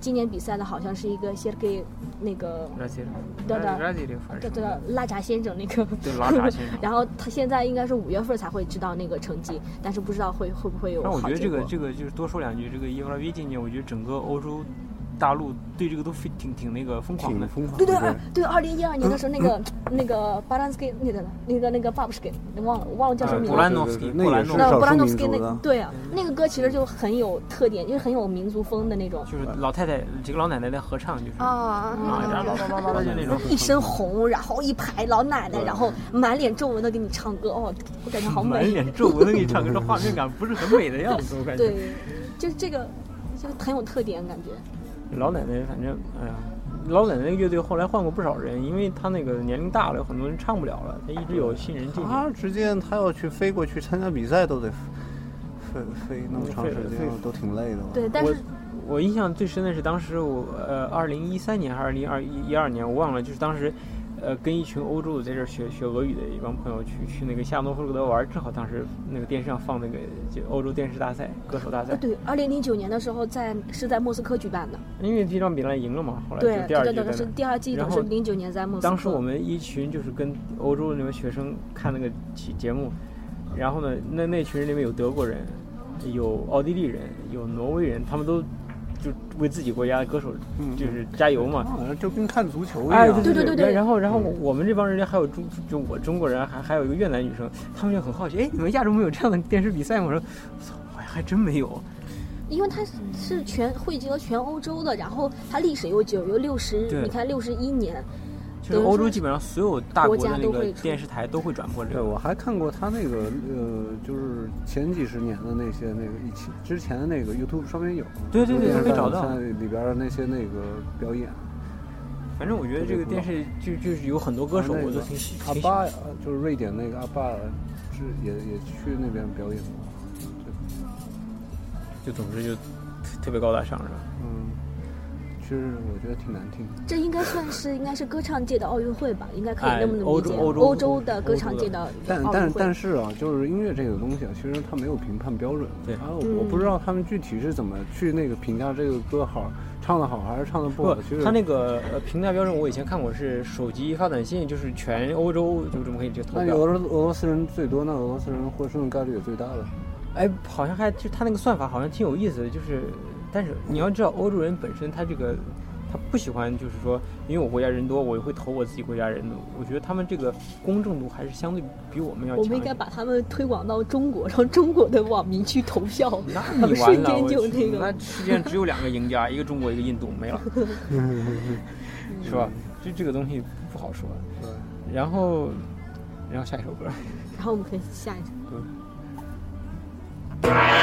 今年比赛的好像是一个先给那个
拉吉
对
拉
的
拉吉列反
对啊
正
对拉闸先生那个，
对拉闸先生
[laughs] 然后他现在应该是五月份才会知道那个成绩，但是不知道会会不会有
但我
好
觉得
结
这个
果嗯
这个就是多说两句，这个 E 伊夫拉维今年我觉得整个欧洲大陆对这个都非挺挺那个疯狂
挺
的，
疯狂
对对
的
二对，二零一二
嗯
年的时候，那个那个巴兰斯基那个那个那个 b a b s k 忘了我忘了叫什么
呃
名
布
字。
兰诺夫斯基，
那
布
也
兰
是
诺夫斯基
那
少
布
数
兰诺
民
斯基
族
那
的
对啊，那个歌其实就很有特点，就是很有民族风的那种，
就是
嗯
老太太几个老奶奶在合唱，就是
哦
啊，
啊，
然后啦啦啦啦就那种。
一身红，然后一排老奶奶，然后满脸皱纹的给你唱歌，哦，我感觉好
满
美。
脸皱纹的给你唱歌，这画面感不是很美的样子，我感觉。
对，就是这个，就很有特点感觉。
老奶奶，反正哎呀，老奶奶乐队后来换过不少人，因为她那个年龄大了，有很多人唱不了了，她一直有新人进去。
他直接他要去飞过去参加比赛都得飞飞那么长时
飞
间，都挺累的吧。
对，但
我
是
我印象最深的是当时我呃，二零一三年还是二零二一二年，我忘了，就是当时。呃，跟一群欧洲在这儿学学俄语的一帮朋友去去那个夏诺夫罗德玩儿，正好当时那个电视上放那个就欧洲电视大赛、歌手大赛，
哦对，二零零九年的时候在是在莫斯科举办的，
因为这场比赛赢了嘛，后来
对
就，第
对
二
对
届在
对，是
那
第二季，
然
等于
后
是零九年在莫斯科。
当时我们一群就是跟欧洲那边学生看那个节节目，然后呢，那那群人里面有德国人，有奥地利人，有挪威人，他们都就为自己国家的歌手
嗯
就是加油嘛。
好像就跟看足球一
哎，
样。
对对对对
然后，然后我们这帮人还有中，就我中国人，还还有一个越南女生，他们就很好奇，哎，你们亚洲没有这样的电视比赛吗？我说，操，我还真没有。
因为它是是全汇集了全欧洲的，然后它历史悠久，有六
对
十，你看六十一年，
就是欧洲基本上所有大国的那
国家都
个
会出
电视台都会转播这
对，
个。
我还看过他那个呃，就是前几十年的那些那个以前之前的那个 YouTube 上面有，
对对对
就是
可以找到
在里边儿那些那个表演，
反正我觉得这个电视就就是有很多歌
啊
手，我都挺喜
阿
挺喜
爸呀，就是瑞典那个阿爸，是也也去那边表演过，对
就总之就特特别高大上是吧？
嗯，其实我觉得挺难听的。
这应该算是应该是歌唱界的奥运会吧，应该可以
哎
那么
欧
理
洲
解。
欧洲
的歌唱界的
但
奥
但
运
但
会，
是啊，就是音乐这个东西啊，其实它没有评判标准。
对
然后我不知道他们具体是怎么去那个评价这个歌好，唱的好还是唱的不好。其实
他那个呃评价标准，我以前看过是手机发短信，就是全欧洲就这么可以就投
那俄
票。
罗俄罗斯人最多，那俄罗斯人获胜的概率也最大了。
哎，好像还就他那个算法好像挺有意思的，就是但是你要知道欧洲人本身他这个他不喜欢就是说因为我国家人多，我会投我自己国家人的。我觉得他们这个公正度还是相对比我们要
我
强一点。
们应该把他们推广到中国，让中国的网民去投
[laughs]
票，
那
他
你
们
完
瞬
了，
间
我
就
去
[laughs] 那个
那世界上只有两个赢家，一个中国，一个印度，没了，是吧？就这个东西不好说。然后，然后下一首歌，
然后我们可以下一首。
Редактор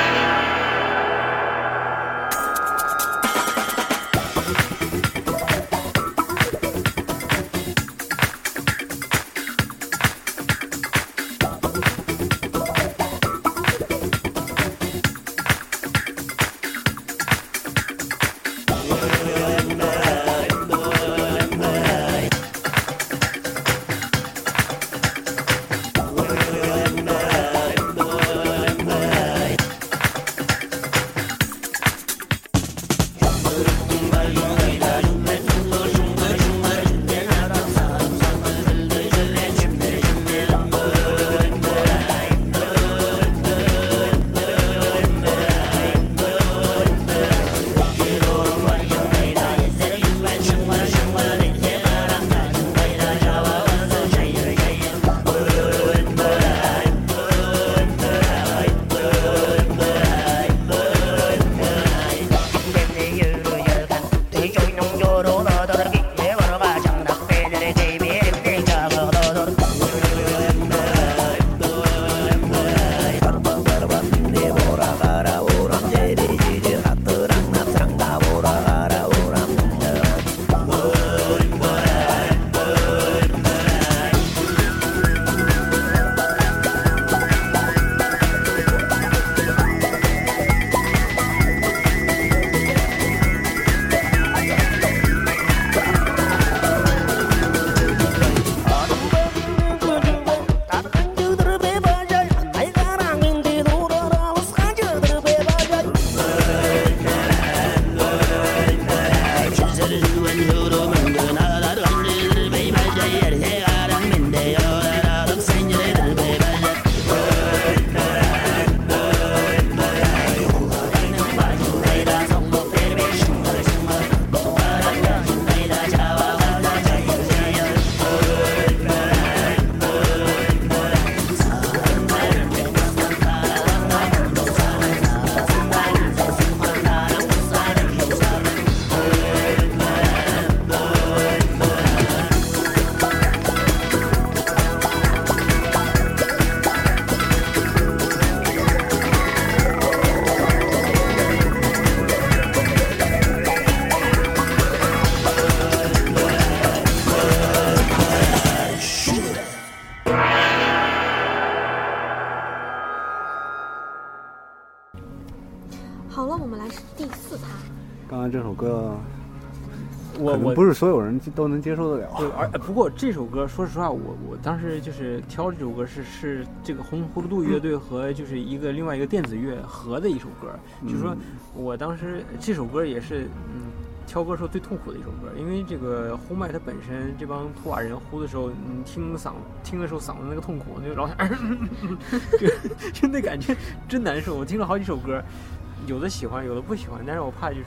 啊，这首歌
我
可能
我
不是所有人都能接受得
对
了。，
而呃不过这首歌，说实话，我我当时就是挑这首歌是是这个红葫芦肚乐队和就是一个另外一个电子乐合的一首歌，就是说我当时这首歌也是嗯挑歌时候最痛苦的一首歌，因为这个呼麦它本身这帮托瓦人呼的时候，你听嗓听的时候嗓子那个痛苦，就老想 [laughs] 就就那感觉真难受。我听了好几首歌，有的喜欢，有的不喜欢，但是我怕就是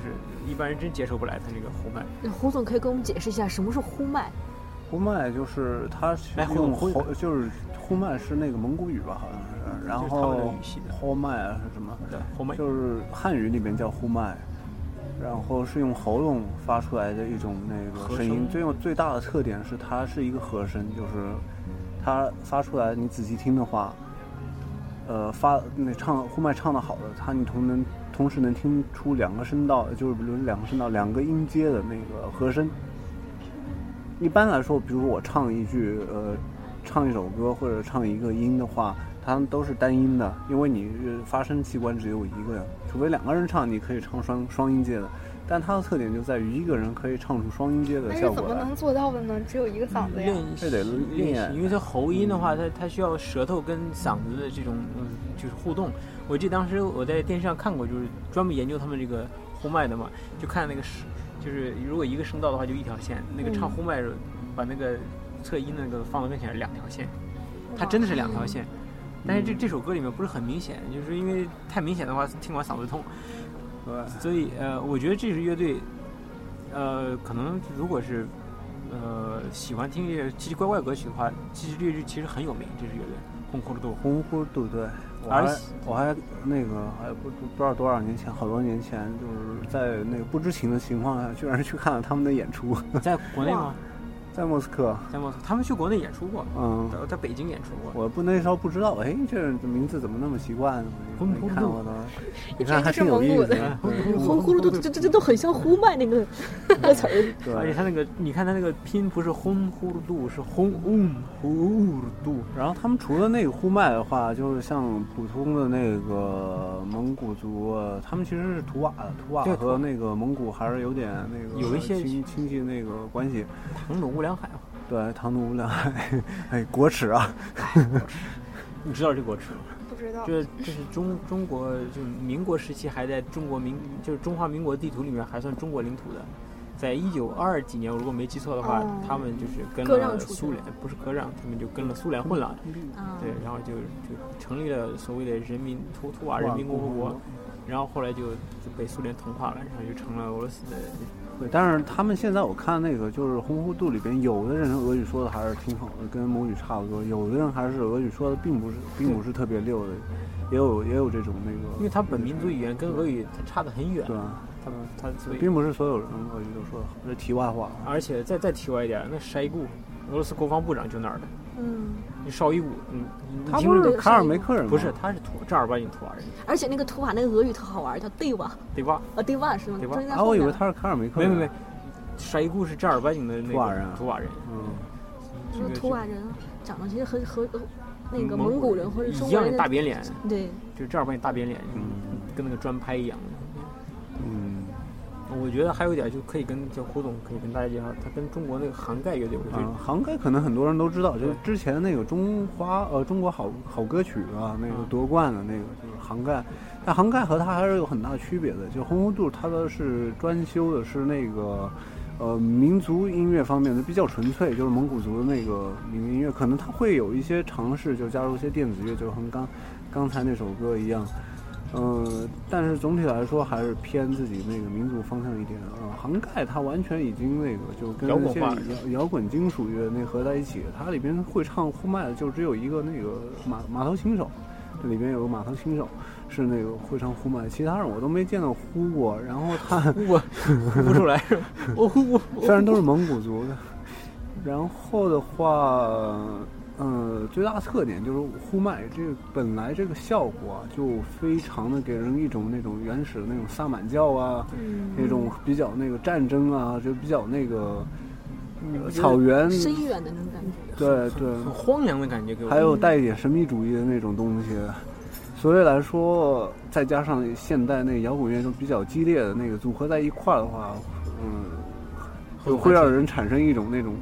一般人真接受不来他那个呼麦。
胡总可以给我们解释一下什么是呼麦？
呼麦就是它是
来
用
呼嗯
喉，就是呼麦是那个蒙古语吧，好像是，然
就是他们的
后
语系的
呼麦啊是什么？
对，呼麦。
就是汉语里面叫呼麦，然后是用喉咙发出来的一种那
和
个声音
声。
最有最大的特点是它是一个和声，就是它发出来，你仔细听的话，呃，发那唱呼麦唱的好的，它你同能同时能听出两个声道，就是比如两个声道两个音阶的那个和声。一般来说，比如说我唱一句呃，唱一首歌或者唱一个音的话，它们都是单音的，因为你呃发声器官只有一个，除非两个人唱，你可以唱双双音阶的。但它的特点就在于一个人可以唱出双音阶的
但是
效
怎
果
么
来
能。做到的呢？只有一个嗓子呀。
练习
这得
练
练啊
习，
嗯
因为它喉音的话，它它需要舌头跟嗓子的这种嗯就是互动。我记得当时我在电视上看过，就是专门研究他们这个呼麦的嘛，就看那个是就是如果一个声道的话就一条线，那个
嗯
唱呼麦的时候把那个侧音那个放到跟前是两条线，它真的是两条线。
嗯
但是这这首歌里面不是很明显，就是因为太明显的话听完嗓子痛，
对，
所以呃，我觉得这支乐队，呃，可能如果是呃喜欢听这些奇奇怪怪歌曲的话，其实这支其实很有名，这支乐队红骷髅豆。
红呼对对，我
而
还
且
我还那个还不不知道多少年前，好多年前，就是在那个不知情的情况下，居然去看了他们的演出， [laughs]
在国内吗？
在莫斯科。
在莫斯科，他们去国内演出过，
嗯，
在在北京演出过。
我不那时候不知道，哎，这名字怎么那么奇怪呢？我
红
一
葫芦
看我都，你
直
看还
就是
挺有
蒙
意
古
思
的
[laughs]
的。
红葫芦肚这这这都很像呼麦那个歌词儿。
而且
对，
他那个，你看他那个拼不是轰呼噜度，是轰嗡呼噜度。
然后他们除了那个呼麦的话，就是像普通的那个蒙古族，呃他们其实是图瓦的，图瓦
对图瓦
和那个蒙古还是有点那个
有一些
亲亲戚那个关系。
唐努乌梁海，
对，唐努乌梁， [laughs] 哎，国耻啊！
哎
[laughs]
你知道这国耻吗？
不知道。
这这是中中国就是民国时期还在中国民就是中华民国地图里面还算中国领土的，在一九二几年我如果没记错的话，
哦
他们就是跟
割让
了
出去
苏联，不是割让，他们就跟了苏联混了，
啊
对，然后就就成立了所谓的人民图图瓦人民共和国，然后后来就就被苏联同化了，然后就成了俄罗斯的
对，但是他们现在我看那个就是红糊度里边，有的人俄语说的还是挺好的，跟母语差不多；有的人还是俄语说的并不是并不是特别溜的，也有也有这种那个，
因为他本民族语言跟俄语它差得很远，
对啊，
他们他所以
并不是所有人俄语都说的好，这题外话。啊
而且再再题外一点，那筛固俄罗斯国防部长就那儿的，
嗯，
你绍伊古，嗯，你你
他
听
不
着
是
这个
卡尔
声音
梅
吗
克人吗？
不是，，他是土正儿八经土瓦人，
而且那个图瓦那个俄语特好玩儿，叫 d 瓦，
对吧？
啊 d 瓦是吗？
Deva
中间在
啊，
后
我以
面
为他是卡尔梅克
没
人。
没 [laughs] 没，沙伊固是正儿八经的那个
土瓦人啊
土瓦人，
嗯，
这
就是
个
图瓦人啊长得其实和和和那个蒙古人或者中
一
国
样
人
的
的
大扁脸，
对，
就正儿八经大扁脸，
嗯
跟那个砖拍一样的。
嗯，
我觉得还有一点就可以跟就胡总可以跟大家介绍，他跟中国那个杭盖乐队，我觉
啊
得，
杭盖可能很多人都知道，就是
对
之前那个中华呃中国好好歌曲啊，那个
嗯
夺冠的那个就是杭盖，但杭盖和它还是有很大区别的。就红红肚它的是专修的是那个呃民族音乐方面的比较纯粹，就是蒙古族的那个民族音乐，可能它会有一些尝试，就加入一些电子乐，就和刚刚才那首歌一样。呃，但是总体来说还是偏自己那个民族方向一点。呃，杭盖它完全已经那个就跟
摇滚
嗯现
化
摇摇滚金属乐那合在一起，它里边会唱呼麦的就只有一个那个马马头琴手，这里边有个马头琴手是那个会唱呼麦，其他人我都没见到呼过。然后
[laughs]
他
呼过呼不出
[laughs]
来是吧？我呼我
虽然都是蒙古族的，然后的话，呃，最大特点就是呼麦这个本来这个效果啊就非常的给人一种那种原始的那种萨满教啊，
嗯
那种比较那个战争啊，就比较那个呃草原，
深远的那种感
[laughs]
觉。
对对，
很荒凉的感觉给我。
还有带一点神秘主义的那种东西，所以来说，再加上现代那摇滚乐中比较激烈的那个组合在一块儿的话，嗯，就会让人产生一种那种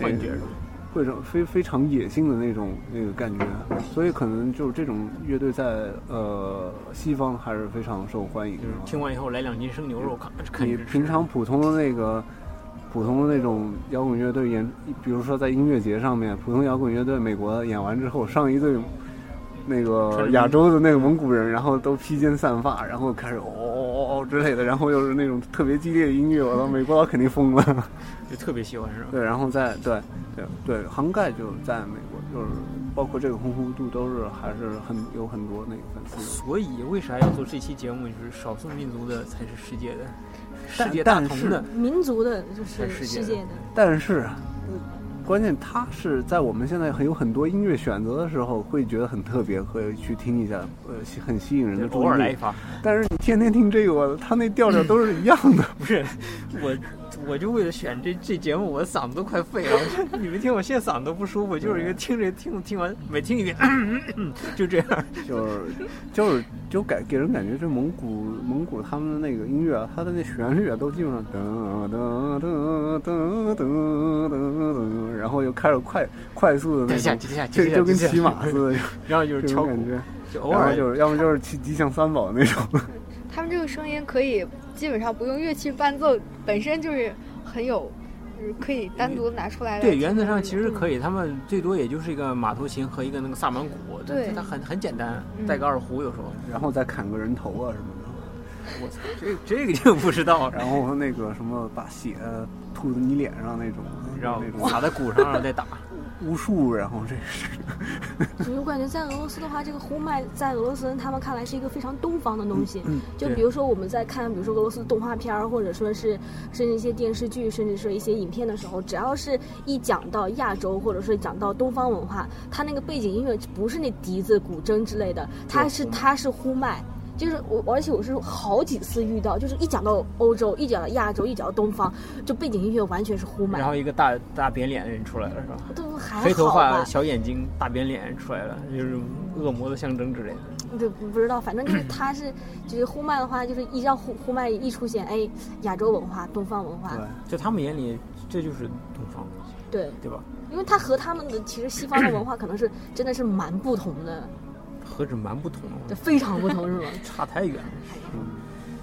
幻觉是吧
会让非非常野性的那种那个感觉，所以可能就是这种乐队在呃西方还是非常受欢迎的
就。是听完以后来两斤生牛肉，看看
你
着吃
平常普通的那个普通的那种摇滚乐队演，比如说在音乐节上面，普通摇滚乐队美国演完之后，上一队那
穿
个
着
亚洲的那个蒙古人，然后都披肩散发，然后开始哦哦哦哦之类的，然后又是那种特别激烈的音乐，我到美国佬肯定疯了。 [laughs]
就特别喜欢是吧？
对，然后在对对对，杭盖就在美国，就是包括这个红红度都是还是很有很多那个粉丝。
所以为啥要做这期节目？就是少数民族的才是世界的，世界大
但
同
是
的。
民族的就
在
是
世界
世界的，
但是，呃关键它是在我们现在很有很多音乐选择的时候，会觉得很特别，会去听一下，呃，吸很吸引人的
对
注
偶尔
意
来一
力。
发，
但是你天天听这个，它那调调都是一样
[laughs]
的。
不是我，我就为了选这这节目，我的嗓子都快废了。 [laughs] 我你们听，我现在嗓子都不舒服，就是因为听着听着听完，每听一遍就这样。
就是就是就感给人感觉，这蒙古蒙古他们的那个音乐啊，它的那旋律啊，都基本上噔噔噔噔噔噔，然后又开始快快速的
等
那
一下，
种，
等一下，
就
等一下
就跟
等一下
骑马似的，
然后就是
这
敲
种感
鼓，
觉。
就偶
然后
尔
就是，要么就是骑吉祥三宝那种。
他们这个声音可以基本上不用乐器伴奏，本身就是很有，就是可以单独拿出来的。
对，原则上其实可以，他们最多也就是一个马头琴和一个那个萨满鼓，它
对
它很很简单，
嗯
带个二胡有时候。
然后再砍个人头啊什么的，
我操，这这个就不知道了。
然后那个什么把血吐到你脸上那种，
然后
那种
撒在鼓上，然后再打。
巫术，然后这是
我感觉在俄罗斯的话，这个呼麦在俄罗斯人他们看来是一个非常东方的东西。就
嗯对
比如说我们在看，比如说俄罗斯动画片儿，或者说是甚至一些电视剧，甚至是一些影片的时候，只要是一讲到亚洲，或者是讲到东方文化，它那个背景音乐不是那笛子、古筝之类的，它是它是呼麦。就是我，而且我是好几次遇到，就是一讲到欧洲，一讲到亚洲，一讲到东方，就背景音乐完全是呼麦
然。后一个大大扁脸的人出来了，是吧？
都还
黑头
好
发、
吧？
小眼睛、大扁脸出来了，就是恶魔的象征之类的。
对，不不知道，反正就是他是，就是呼麦的话，就是一让呼呼麦一出现，哎，亚洲文化、东方文化，
在他们眼里，这就是东方，
对，
对吧？
因为他和他们的其实西方的文化可能是真的是蛮不同的，
何止蛮不同，
对，非常不同，是吗
差太远了。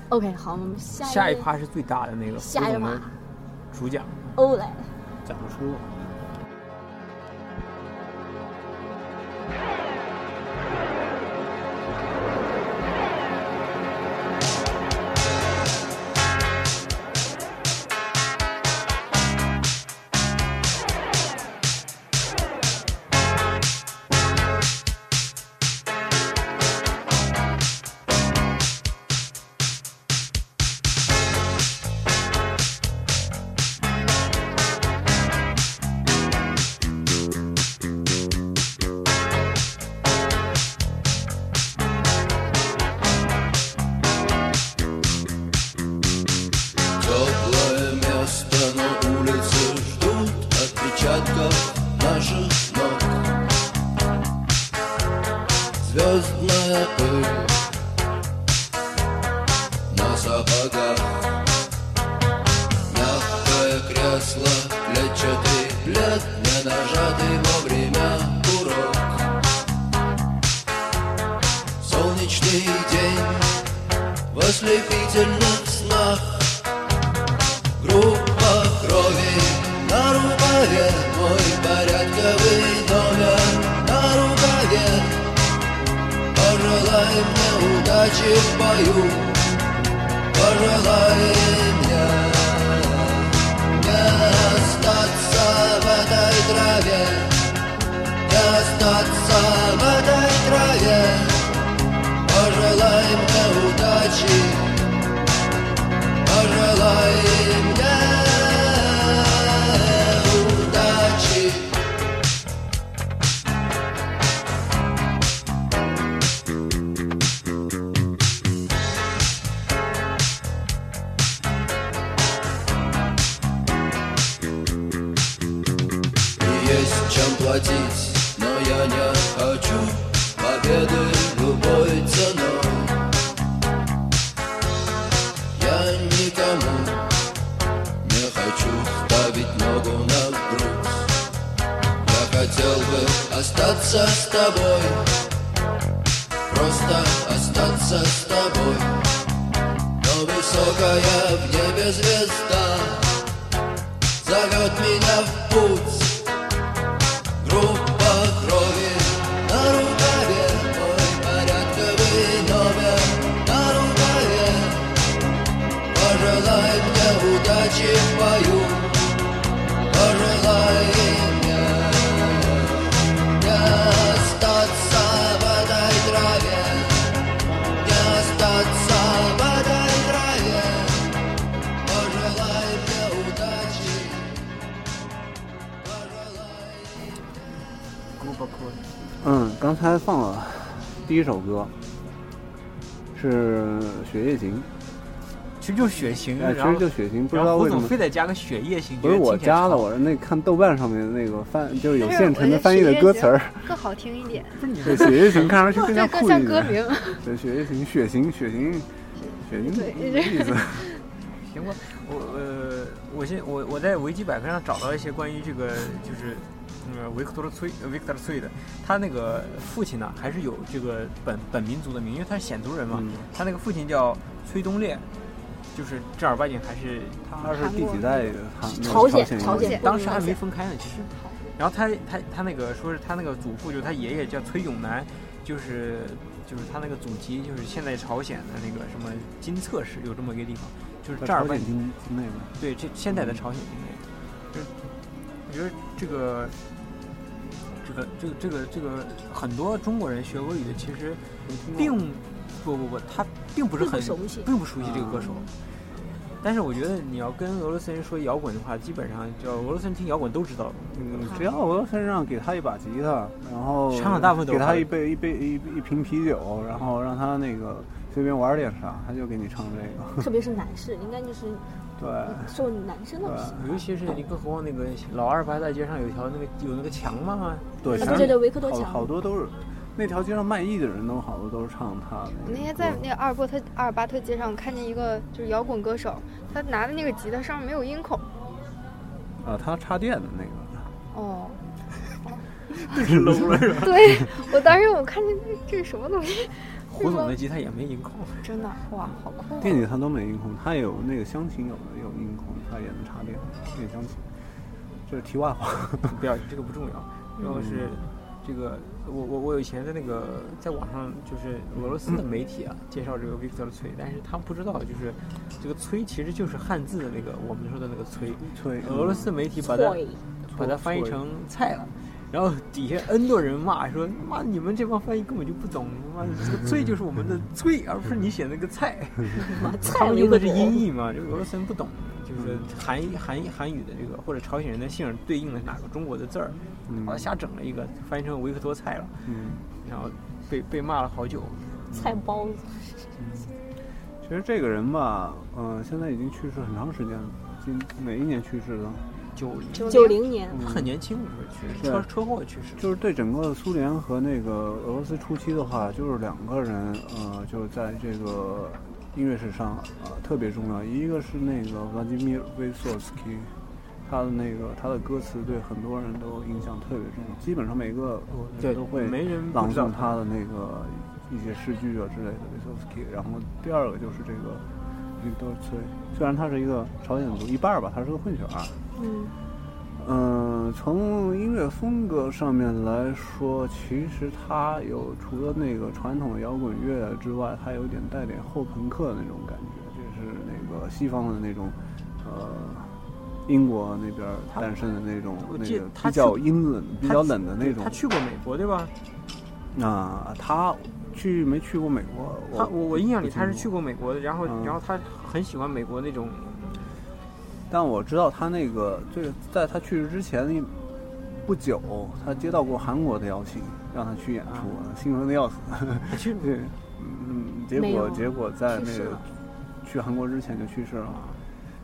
？OK，好，我们下
下
一
一
位
趴是最大的那个
下一
胡总的
趴
主讲，
欧莱，
讲不出。
Теплое место на улице ждут отпечатков наших ног. Звездная пыль на сапогах. Мягкое кресло, клетчатый плед, не нажатый во время урок. Солнечный день в ослепительных снах. Группа крови на рукаве Мой порядковый номер на рукаве Пожелай мне удачи в бою Пожелай мне Не остаться в этой траве Не остаться в этой траве Пожелай мне удачи Пожелай мне удачи. Есть чем платить, но я не хочу
победы любой ценой. Я никому не хочу ставить ногу на грудь. Я хотел бы остаться с тобой, просто остаться с тобой. Но высокая в небе звезда зовет меня в путь. Группа крови на рукаве, мой порядковый номер на рукаве. Пожелай мне удачи в бою, пожелай мне не остаться в этой траве, не остаться в этой траве. Пожелай мне удачи, пожелай.
группа крови.
嗯，刚才放了第一首歌，是《雪夜行
其实就是血型，》，
哎，
然
其
后
实就《雪行》，不知
然后
道
胡
为什
总
么
非。得加个血液型，
不是
觉得
我
听起来
加了，
超
我是那看豆瓣上面那个翻，就是有
但是
现
我
成的
觉得
翻译
雪
的
夜
歌
行
词儿。
更好听一
[laughs]
点，哦
对，《雪夜行》看上去更加
对，
酷
更
一
像歌
点。
名。 [laughs]
对，《雪夜行》，血型，血型，血型，
对
意思。
行吧，我呃，我现我我在维基百科上找到一些关于这个就是。呃，维克多崔呃维克多崔的，他那个父亲呢，还是有这个本本民族的名，因为他是鲜族人嘛。
嗯
他那个父亲叫崔东烈，就是正儿八经还是
他是第几代的韩国
朝鲜
人
朝鲜
当时还没分开呢，其实。然后他他他那个说是他那个祖父，就是他爷爷叫崔永南，就是就是他那个祖籍就是现在朝鲜的那个什么金策市有这么一个地方，就是
在
正儿
朝
八
鲜
经
境境内吧？
对这现在的朝鲜境内，就是我觉得这个这个这个这个这个很多中国人学俄语的其实并不不不他并不是
并不
很
熟悉。
并不熟悉这个歌手。但是我觉得你要跟俄罗斯人说摇滚的话，基本上就俄罗斯人听摇滚都知道。
嗯，只要我身上给他一把吉他，然后
上海大部分都
给他
会
一杯一杯一一瓶啤酒，然后让他那个随便玩点啥，他就给你唱这
特别是男士，应该就是
个。
受男生
[laughs] 对啊
的
尤其是你更何况那个老二不还在街上有一条那个有那个墙吗？
对对，
对
全
对
是
对维克多
好
墙
好多都是那条街上卖艺的人都好多都是唱他的。
我那天在那个阿尔伯特阿尔巴特街上看见一个就是摇滚歌手，他拿的那个吉他上面没有音孔。
啊，他插电的那个，
[laughs]
[laughs]
哦，
是 low 了是吧？
对我当时我看见这这是什么东西， [laughs]
胡总的吉他也没音控，
真的哇，好
[laughs]
酷、啊
电吉他都没音控，他有那个湘琴有有音控，他也能插电，电湘琴。这是题外话。 [laughs]
不要这个不重要。然后是这个，我我我以前在那个在网上就是俄罗斯的媒体啊介绍这个 Victor 崔，但是他们不知道就是这个崔其实就是汉字的那个我们说的那个崔，
对，
俄罗斯媒体把它
错。
把它翻译成菜了。然后底下 N 多人骂说：“妈，你们这帮翻译根本就不懂，妈这个脆就是我们的脆，而不是你写那个菜。他们用的是音译嘛，这个俄罗斯人不懂，就是韩韩韩语的这个或者朝鲜人的姓儿对应的哪个中国的字儿，
嗯
好像瞎整了一个，翻译成维克多菜了，
嗯。
然后被被骂了好久。
菜包子，
其实这个人吧，嗯、现在已经去世很长时间了，今哪一年去世的？
九零，
九零年
他很年轻，我说去世
嗯对
车车祸去世。
就是对整个苏联和那个俄罗斯初期的话，就是两个人，呃，就是在这个音乐史上呃特别重要。一个是那个 Vladimir Vysotsky，他的那个他的歌词对很多人都影响特别重要，基本上每个
对
人都会
没人不
朗
知道
诵他的那个一些诗句啊之类的 Vysotsky。然后第二个就是这个 Viktor Tsoi，虽然他是一个朝鲜族一半儿吧，他是个混血儿。啊
嗯，
嗯，从音乐风格上面来说，其实它有除了那个传统的摇滚乐之外，它有点带点后朋克的那种感觉，就是那个西方的那种，呃，英国那边儿
他
诞生的那种
我
那
记
个
他
比较
去
阴冷、比
他
较冷的那种
他。去过美国对吧？
啊，他去没去过美国？
他我我印象里
不
他是
清楚
去过美国的，然后、
嗯
然后他很喜欢美国那种，
但我知道他那个最在他去世之前一不久，他接到过韩国的邀请，让他去演出，兴奋的要死。 [laughs]
其实
对，嗯，结
啊没
果
有
结果在
去
那
世
个
了
去韩国之前就去世了。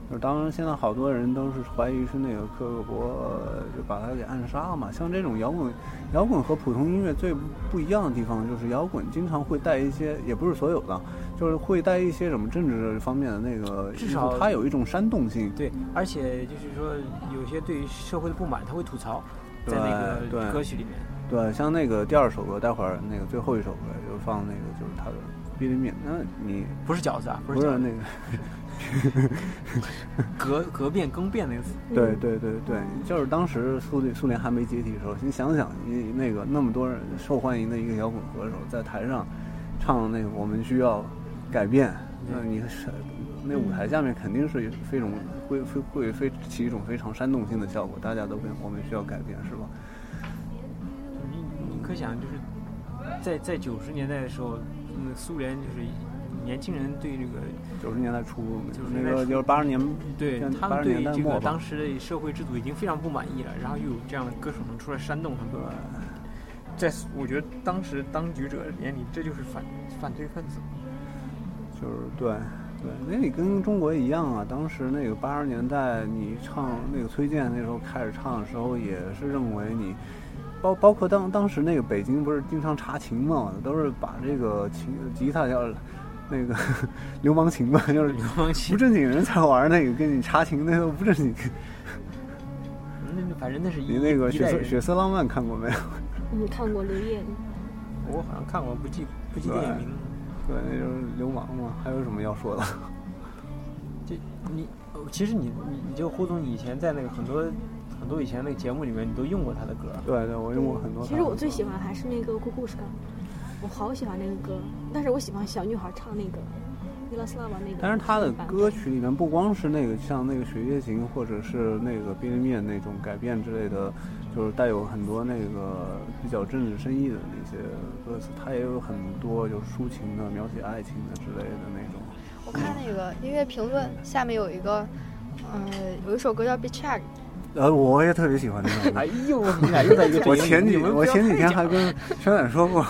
就是当然现在好多人都是怀疑是那个克格勃呃就把他给暗杀嘛。像这种摇滚，摇滚和普通音乐最不不一样的地方就是摇滚经常会带一些，也不是所有的，就是会带一些什么政治方面的那个因素，
至少
它有一种煽动性。
对，而且就是说，有些对于社会的不满，他会吐槽
对
在那
对
个歌曲里面。
对，像那个第二首歌，待会儿那个最后一首歌就放那个就是他的 b i l l 那你
不是饺子啊，不
不
是饺
是
子
那个。
革革变更变那个词，
[laughs] 对对对对，就是当时苏联苏联还没解体的时候，你想想，你那个那么多人受欢迎的一个摇滚歌手在台上唱那个我们需要改变，那
嗯
你是那舞台下面肯定是非种会会会非起一种非常煽动性的效果，大家都跟我们需要改变是吧？
你你可想就是在在九十年代的时候，那苏联就是年轻人对这个
九十年代初，
90
那
年代
个
初
就是八十年，
对他
八
们
十
对
年代
这
末
个
吧
当时的社会制度已经非常不满意了，然后又有这样的歌手能出来煽动他们，在我觉得当时当局者眼里，这就是反反对分子。
就是对对，那你跟中国一样啊，当时那个八十年代，你唱那个崔健那时候开始唱的时候，也是认为你。包包括当当时那个北京不是经常查琴嘛，都是把这个琴吉他叫那个流氓琴嘛，就是
[laughs] 流氓琴
不正经人才玩那个，跟你查琴那都不正经。
那那反正那是一
你那个
一
血
代
色
人
血色浪漫看过没有？ [laughs]
你嗯看过刘烨的？
我好像看过，不记不记
对
电影名了。
对，那就是流氓嘛。还有什么要说的？ [laughs]
就你，呃其实你你你就胡总以前在那个很多很多以前那个节目里面，你都用过他的 [laughs] 歌。
对对，我用过很多他的歌。
其实我最喜欢还是那个《故故事》，我好喜欢那个歌，但是我喜欢小女孩唱那个《伊拉斯拉吧》那个。
但是他的歌曲里面不光是那个像那个雪夜行或者是那个便利面那种改变之类的，就是带有很多那个比较政治深意的那些歌词，他也有很多就是抒情的、描写爱情的之类的那种。
我看那个音乐评论下面有一个，呃，有一首歌叫《Be Check》，
[laughs] 呃，我也特别喜欢那种歌。
哎呦，你俩又在一个阵营
我前几
你们不
我
要
前几
太
天
讲
还跟圈仔说过，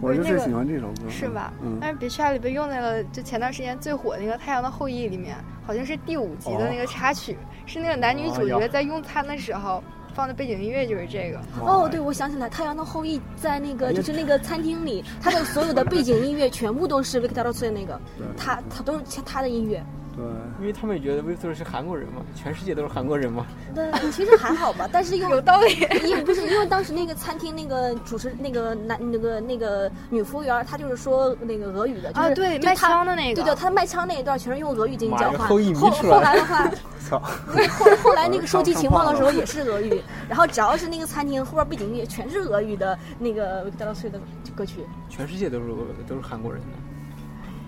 我就最喜欢这首歌，
是吧？
嗯，
但是《Be Check》里被用在了就前段时间最火的那个《太阳的后裔》里面，好像是第五集的那个插曲，是那个男女主
哦
角
呀
在用餐的时候放的背景音乐就是这个。
哦，对，我想起来，《太阳的后裔》在那
哎
个就是那个餐厅
[laughs]
里，他的所有的背景音乐全部都是 Victor Ross 的那个，他他都是他的
[laughs]
音乐。
对。
因为他们也觉得 Victor 是韩国人嘛，全世界都是韩国人嘛。
对，嗯其实还好吧，但是又
有道理，
也不是 [laughs] 因为当时那个餐厅那个主持那个男那个那个女服务员，她就是说那个俄语的，就是、
啊对
就
卖
她
枪的那个
对对，她卖枪那一段全是用俄语进行
妈
交
呀
换。
后羿迷
后
出
后
来
来的话，
操！
后后
[laughs]
来那个收集情报的时候也是俄语，然后只要是那个餐厅后边背景音乐全是俄语的那个 v i c t o 的歌曲，
全世界都是都是韩国人的，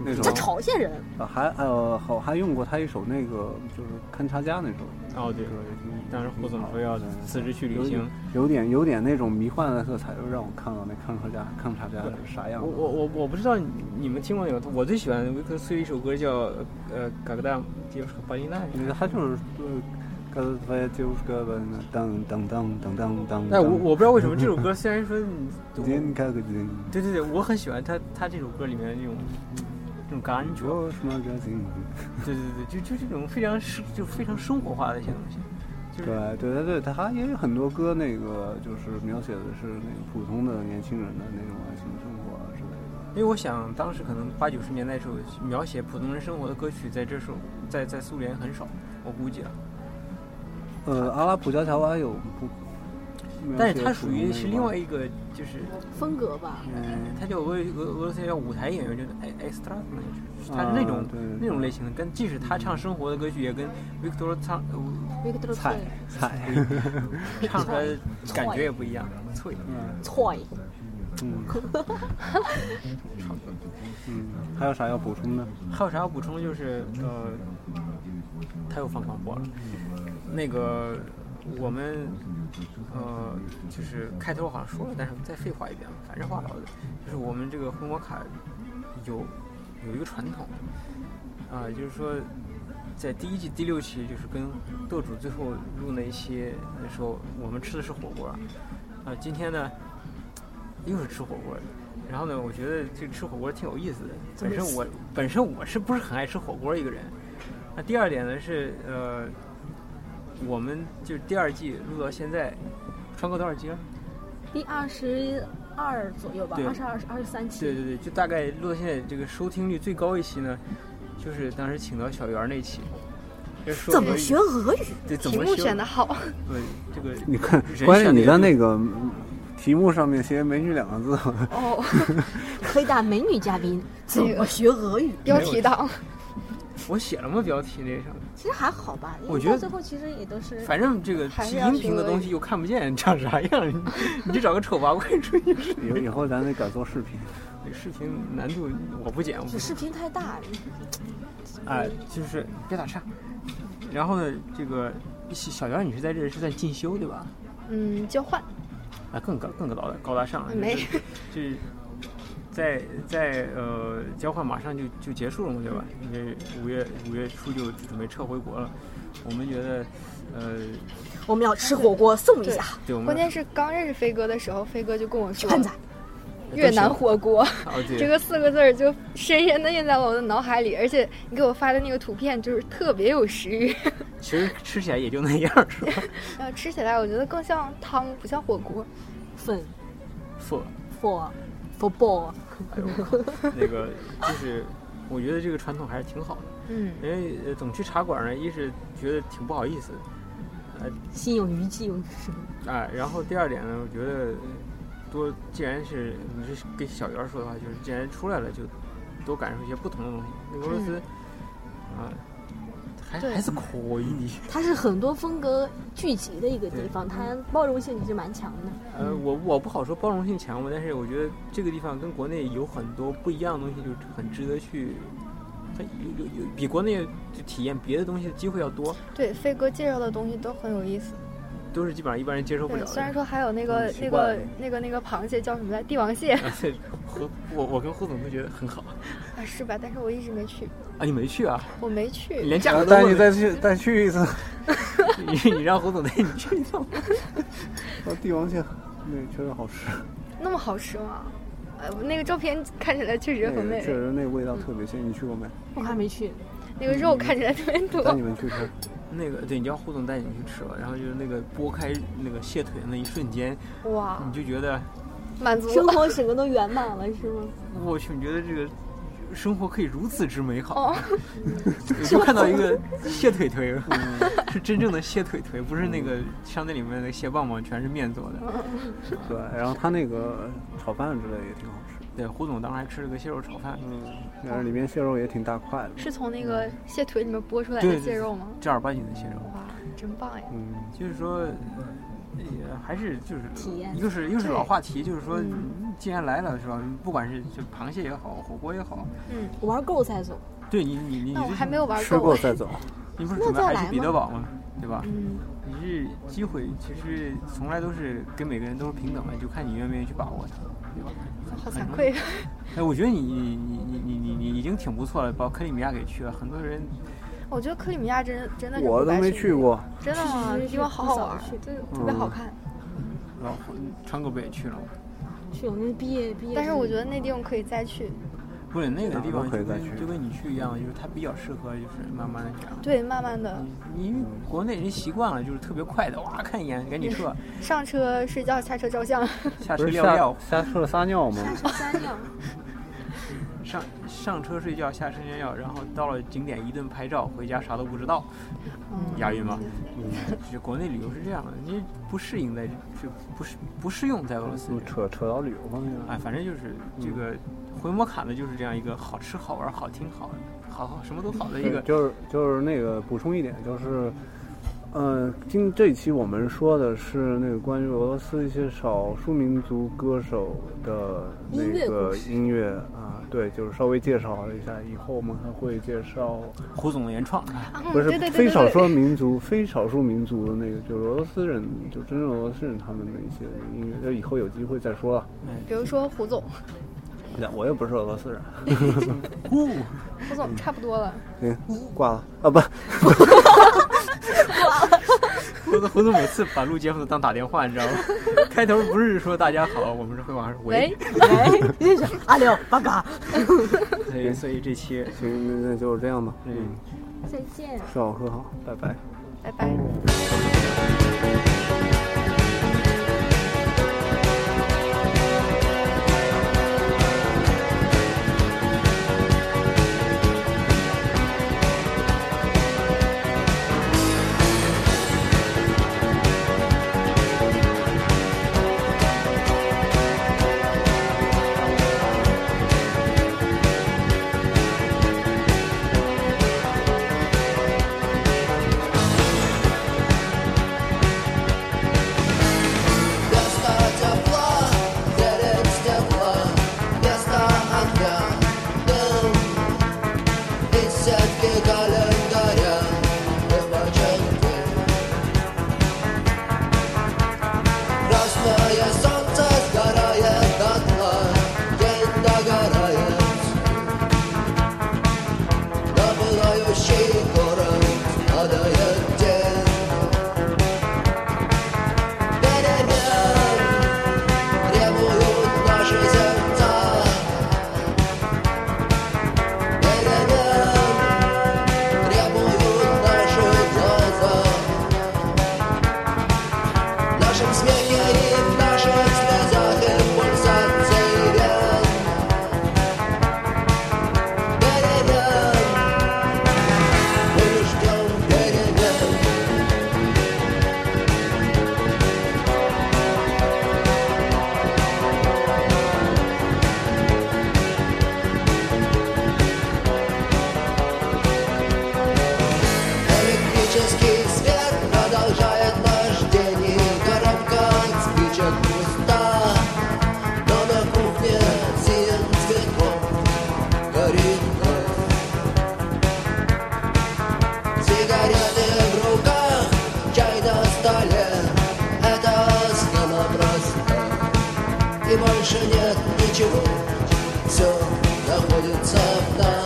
那
哦
种
叫朝鲜人。
啊还还有好还用过他一首那个就是看差价那首。
哦对
这首也挺
当时胡总说要辞职去旅
有
行
点，有点有点那种迷幻的色彩，又让我看到那康查家康查家是啥样
我
的。
我我我不知道你们听过没有？我最喜欢维克斯有一首歌叫呃《嘎嘎达就是巴音娜》，
那他就是呃，格外就是个本当当当当当当。
哎，我我不知道为什么这首 [laughs] 歌虽然说你
今个个今，
对对对，我很喜欢他他这首歌里面那种那种感觉，
有什么个今？
对对对，就就这种非常生就非常生活化的一些东西，就是
对对对对，他也有很多歌，那个就是描写的是那个普通的年轻人的那种爱情生活啊之类的。
因为我想当时可能八九十年代时候描写普通人生活的歌曲，在这首在在苏联很少，我估计啊，
呃，阿拉普加乔娃有不？
但是它属于是另外一个就是。
风格吧，
嗯，
他叫俄俄俄罗斯叫舞台演员，就是 e x t r a 那就是他
啊
是那种
对对
那种类型的，跟即使他唱生活的歌曲，也跟 Victor 唱呃
v i c t o
菜
r
菜，
唱出来的感觉也不一样，脆。
Toy，
嗯，嗯，还有啥要补充的？
还有啥要补充？就是呃，他又放广播了。那个我们呃，就是开头好像说了，但是再废话一遍，反正话痨的，就是我们这个红魔卡有有一个传统啊、就是说在第一季第六期，就是跟舵主最后录那一期的时候，我们吃的是火锅啊、今天呢又是吃火锅的。然后呢，我觉得这个吃火锅挺有意思的。本身我本身我是不是很爱吃火锅一个人，那第二点呢是呃，我们就第二季录到现在，穿过多少集了？
第二十二左右吧
对，
二十二、二十三
对
期。
对对，就大概录到现在这个收听率最高一期呢，就是当时请到小圆儿那期。就是说
怎么
俄语
学？俄语？
对，怎
题
么
目
学
选的？好，
对，这个
你看
人，
关键
善
你
良就
在那个题目上面写“美女”两个字，
哦，
回答美女嘉宾怎么学
[laughs]
俄语？
标题党，
我写了吗？标题那上面，
其实还好吧，因
我
为
觉得
到最后其实也都是。
反正这个
还是要
音频的
学俄
东西又看不见，长啥样？ [laughs] 你你就找个丑八怪出去。
以以后咱得改做视频。
这个视频难度我不剪，我不
就
剪
视频太大，
啊、就是别打岔。然后呢，这个小小杨，你是在这是在进修对吧？
嗯，交换，
啊，更高更高大高大上了，啊
没
就是就是在在呃交换马上就就结束了嘛，对吧？因为五月五月初就准备撤回国了，我们觉得呃，
我们要吃火锅送一下
对我们
关键是刚认识飞哥的时候，飞哥就跟我说
川仔。
越南火锅。
哦对
这个四个字儿就深深的印在我的脑海里，而且你给我发的那个图片就是特别有食欲， [laughs]
其实吃起来也就那样，是吧？
然后吃起来我觉得更像汤，不像火锅。
粉
错，
for football。
哎呦，那个就是我觉得这个传统还是挺好的。
嗯，
因为呃总去茶馆呢，一是觉得挺不好意思
心有余悸有余悸。
啊，然后第二点呢，我觉得呃多既然是你是跟小圆说的话，就是既然出来了，就多感受一些不同的东西。那俄罗斯啊，还
嗯对
还是可以。
它是很多风格聚集的一个地
嗯
方，它包容性也是蛮强的。
呃，我我不好说包容性强吧，但是我觉得这个地方跟国内有很多不一样的东西，就是很值得去。很有有有比国内就体验别的东西的机会要多，
对，飞哥介绍的东西都很有意思。
都是基本上一般人接受不了
对，
的。[laughs]
虽然说还有那个
嗯习
那
惯
个
了
那个那个螃蟹叫什么来，帝王蟹啊，
对胡我我跟胡总都觉得很好
是吧？但是我一直没去，
啊，你没去啊？
我没
你
去。
连价格都
带你
问
再去再去一次，
你你让胡总带你去一趟。
哦帝王蟹那个确实好吃，
那么好吃吗？呃，那个照片看起来确实
那
很
个
美
确，实那个味道特别鲜。你去过没？
我还没去，
那个肉看起来特别
带
多
你。们去吃。
那个对，你叫胡总带你去吃了，然后就是那个剥开那个蟹腿的那一瞬间，
哇
你，就觉得
满足
生
了。
活整个都圆满了，是吗？
我去，你觉得这个生活可以如此之美好。
哦， [laughs]
我就看到一个蟹腿腿， [laughs] 是真正的蟹腿腿，不是那个商店里面的蟹棒棒，全是面做
嗯
的。
对，然后它那个炒饭之类的也挺好吃，
对，胡总当时还吃了个蟹肉炒饭，
嗯，然后里面蟹肉也挺大块的，
是从那个蟹腿里面剥出来
对
的
对
蟹肉吗？
正儿八经的蟹肉。
哇，真棒呀！
嗯，
就是说，也还是就是
体验
又是又是
对
老话题，就是说
嗯，
既然来了是吧？不管是就螃蟹也好，火锅也好，
嗯，
玩够再走，
对你你你
那我
你
还没有，玩
吃
够
过。再走。
你不是
那
准备
再
还
来
去彼
吗
得堡吗？对吧？
嗯，
你是机会，其实从来都是跟每个人都是平等的，就看你愿不愿意去把握它，对吧？
好
很
惭
容易
愧。 [laughs]
哎，我觉得你你你你你你已经挺不错了，把克里米亚给去了，很多人
我觉得克里米亚真真的是
我
不
都
白
没
去
去过，
真的吗？
是是
地方好好玩
是，
对，特别好看。
老川哥不也去了吗？
去我们毕业毕业。
但是我觉得那地方可以再去，
不是那个地
哪儿
方
都
就
嗯可以再
跟
去
就跟你去一样，就是它比较适合就是慢慢的这样。
对，慢慢的
你因为国内人习惯了，就是特别快的，哇，看一眼赶紧撤，
上车睡觉，下车照相。
下车
不是
尿
下
尿，
下车撒尿吗？
上上车睡觉，下车尿尿，然后到了景点一顿拍照，回家啥都不知道，押韵吗？嗯， [laughs] 就国内旅游是这样的，你不适应在就不适不适用在俄罗斯
就
这样。
扯扯到旅游方面了。
哎，反正就是这个回摩卡呢，就是这样一个好吃好玩好听好好好什么都好的一
对，
个。
就是就是那个补充一点，就是，呃，今这一期我们说的是那个关于俄罗斯一些少数民族歌手的那个音乐啊，对，就是稍微介绍了一下。以后我们还会介绍，
胡总的原创， [laughs]
嗯，
不
对
是
[laughs] 对对
非
对
少数
对。
民族，非少数民族的那个，就是俄罗斯人，就真正俄罗斯人他们的一些音乐，就以后有机会再说啊了。
比如说胡总，
我又不是俄罗斯人，
呼，
胡
嗯
总差不多了。
行，挂了啊，不，
胡总胡总每次把录节目都当打电话，你知道吗？ [laughs] 开头不是说大家好，我们是会往上说
喂，，
[laughs] 哎，认识阿廖爸爸，
所以所以这期
行，那那就是这样吧。
嗯，
再见。啊
吃好喝好，拜拜。
拜拜。
Место тепла, деревья тепла, место огня, дым И сетки календаря, выпачен Красное солнце сгорает дотла, день догорает На пылающий город падает тень Перемен требуют наши сердца. Перемен требуют наши глаза. В нашем смехе и в наших слезах и в пульсации вен. Перемен мы ждем перемен. Электрический свет продолжает наш день И коробка от спичек пуста Но на кухне синим цветком горит ночь. Сигареты в руках, чай на столе Это стало просто И больше нет ничего Все находится в нас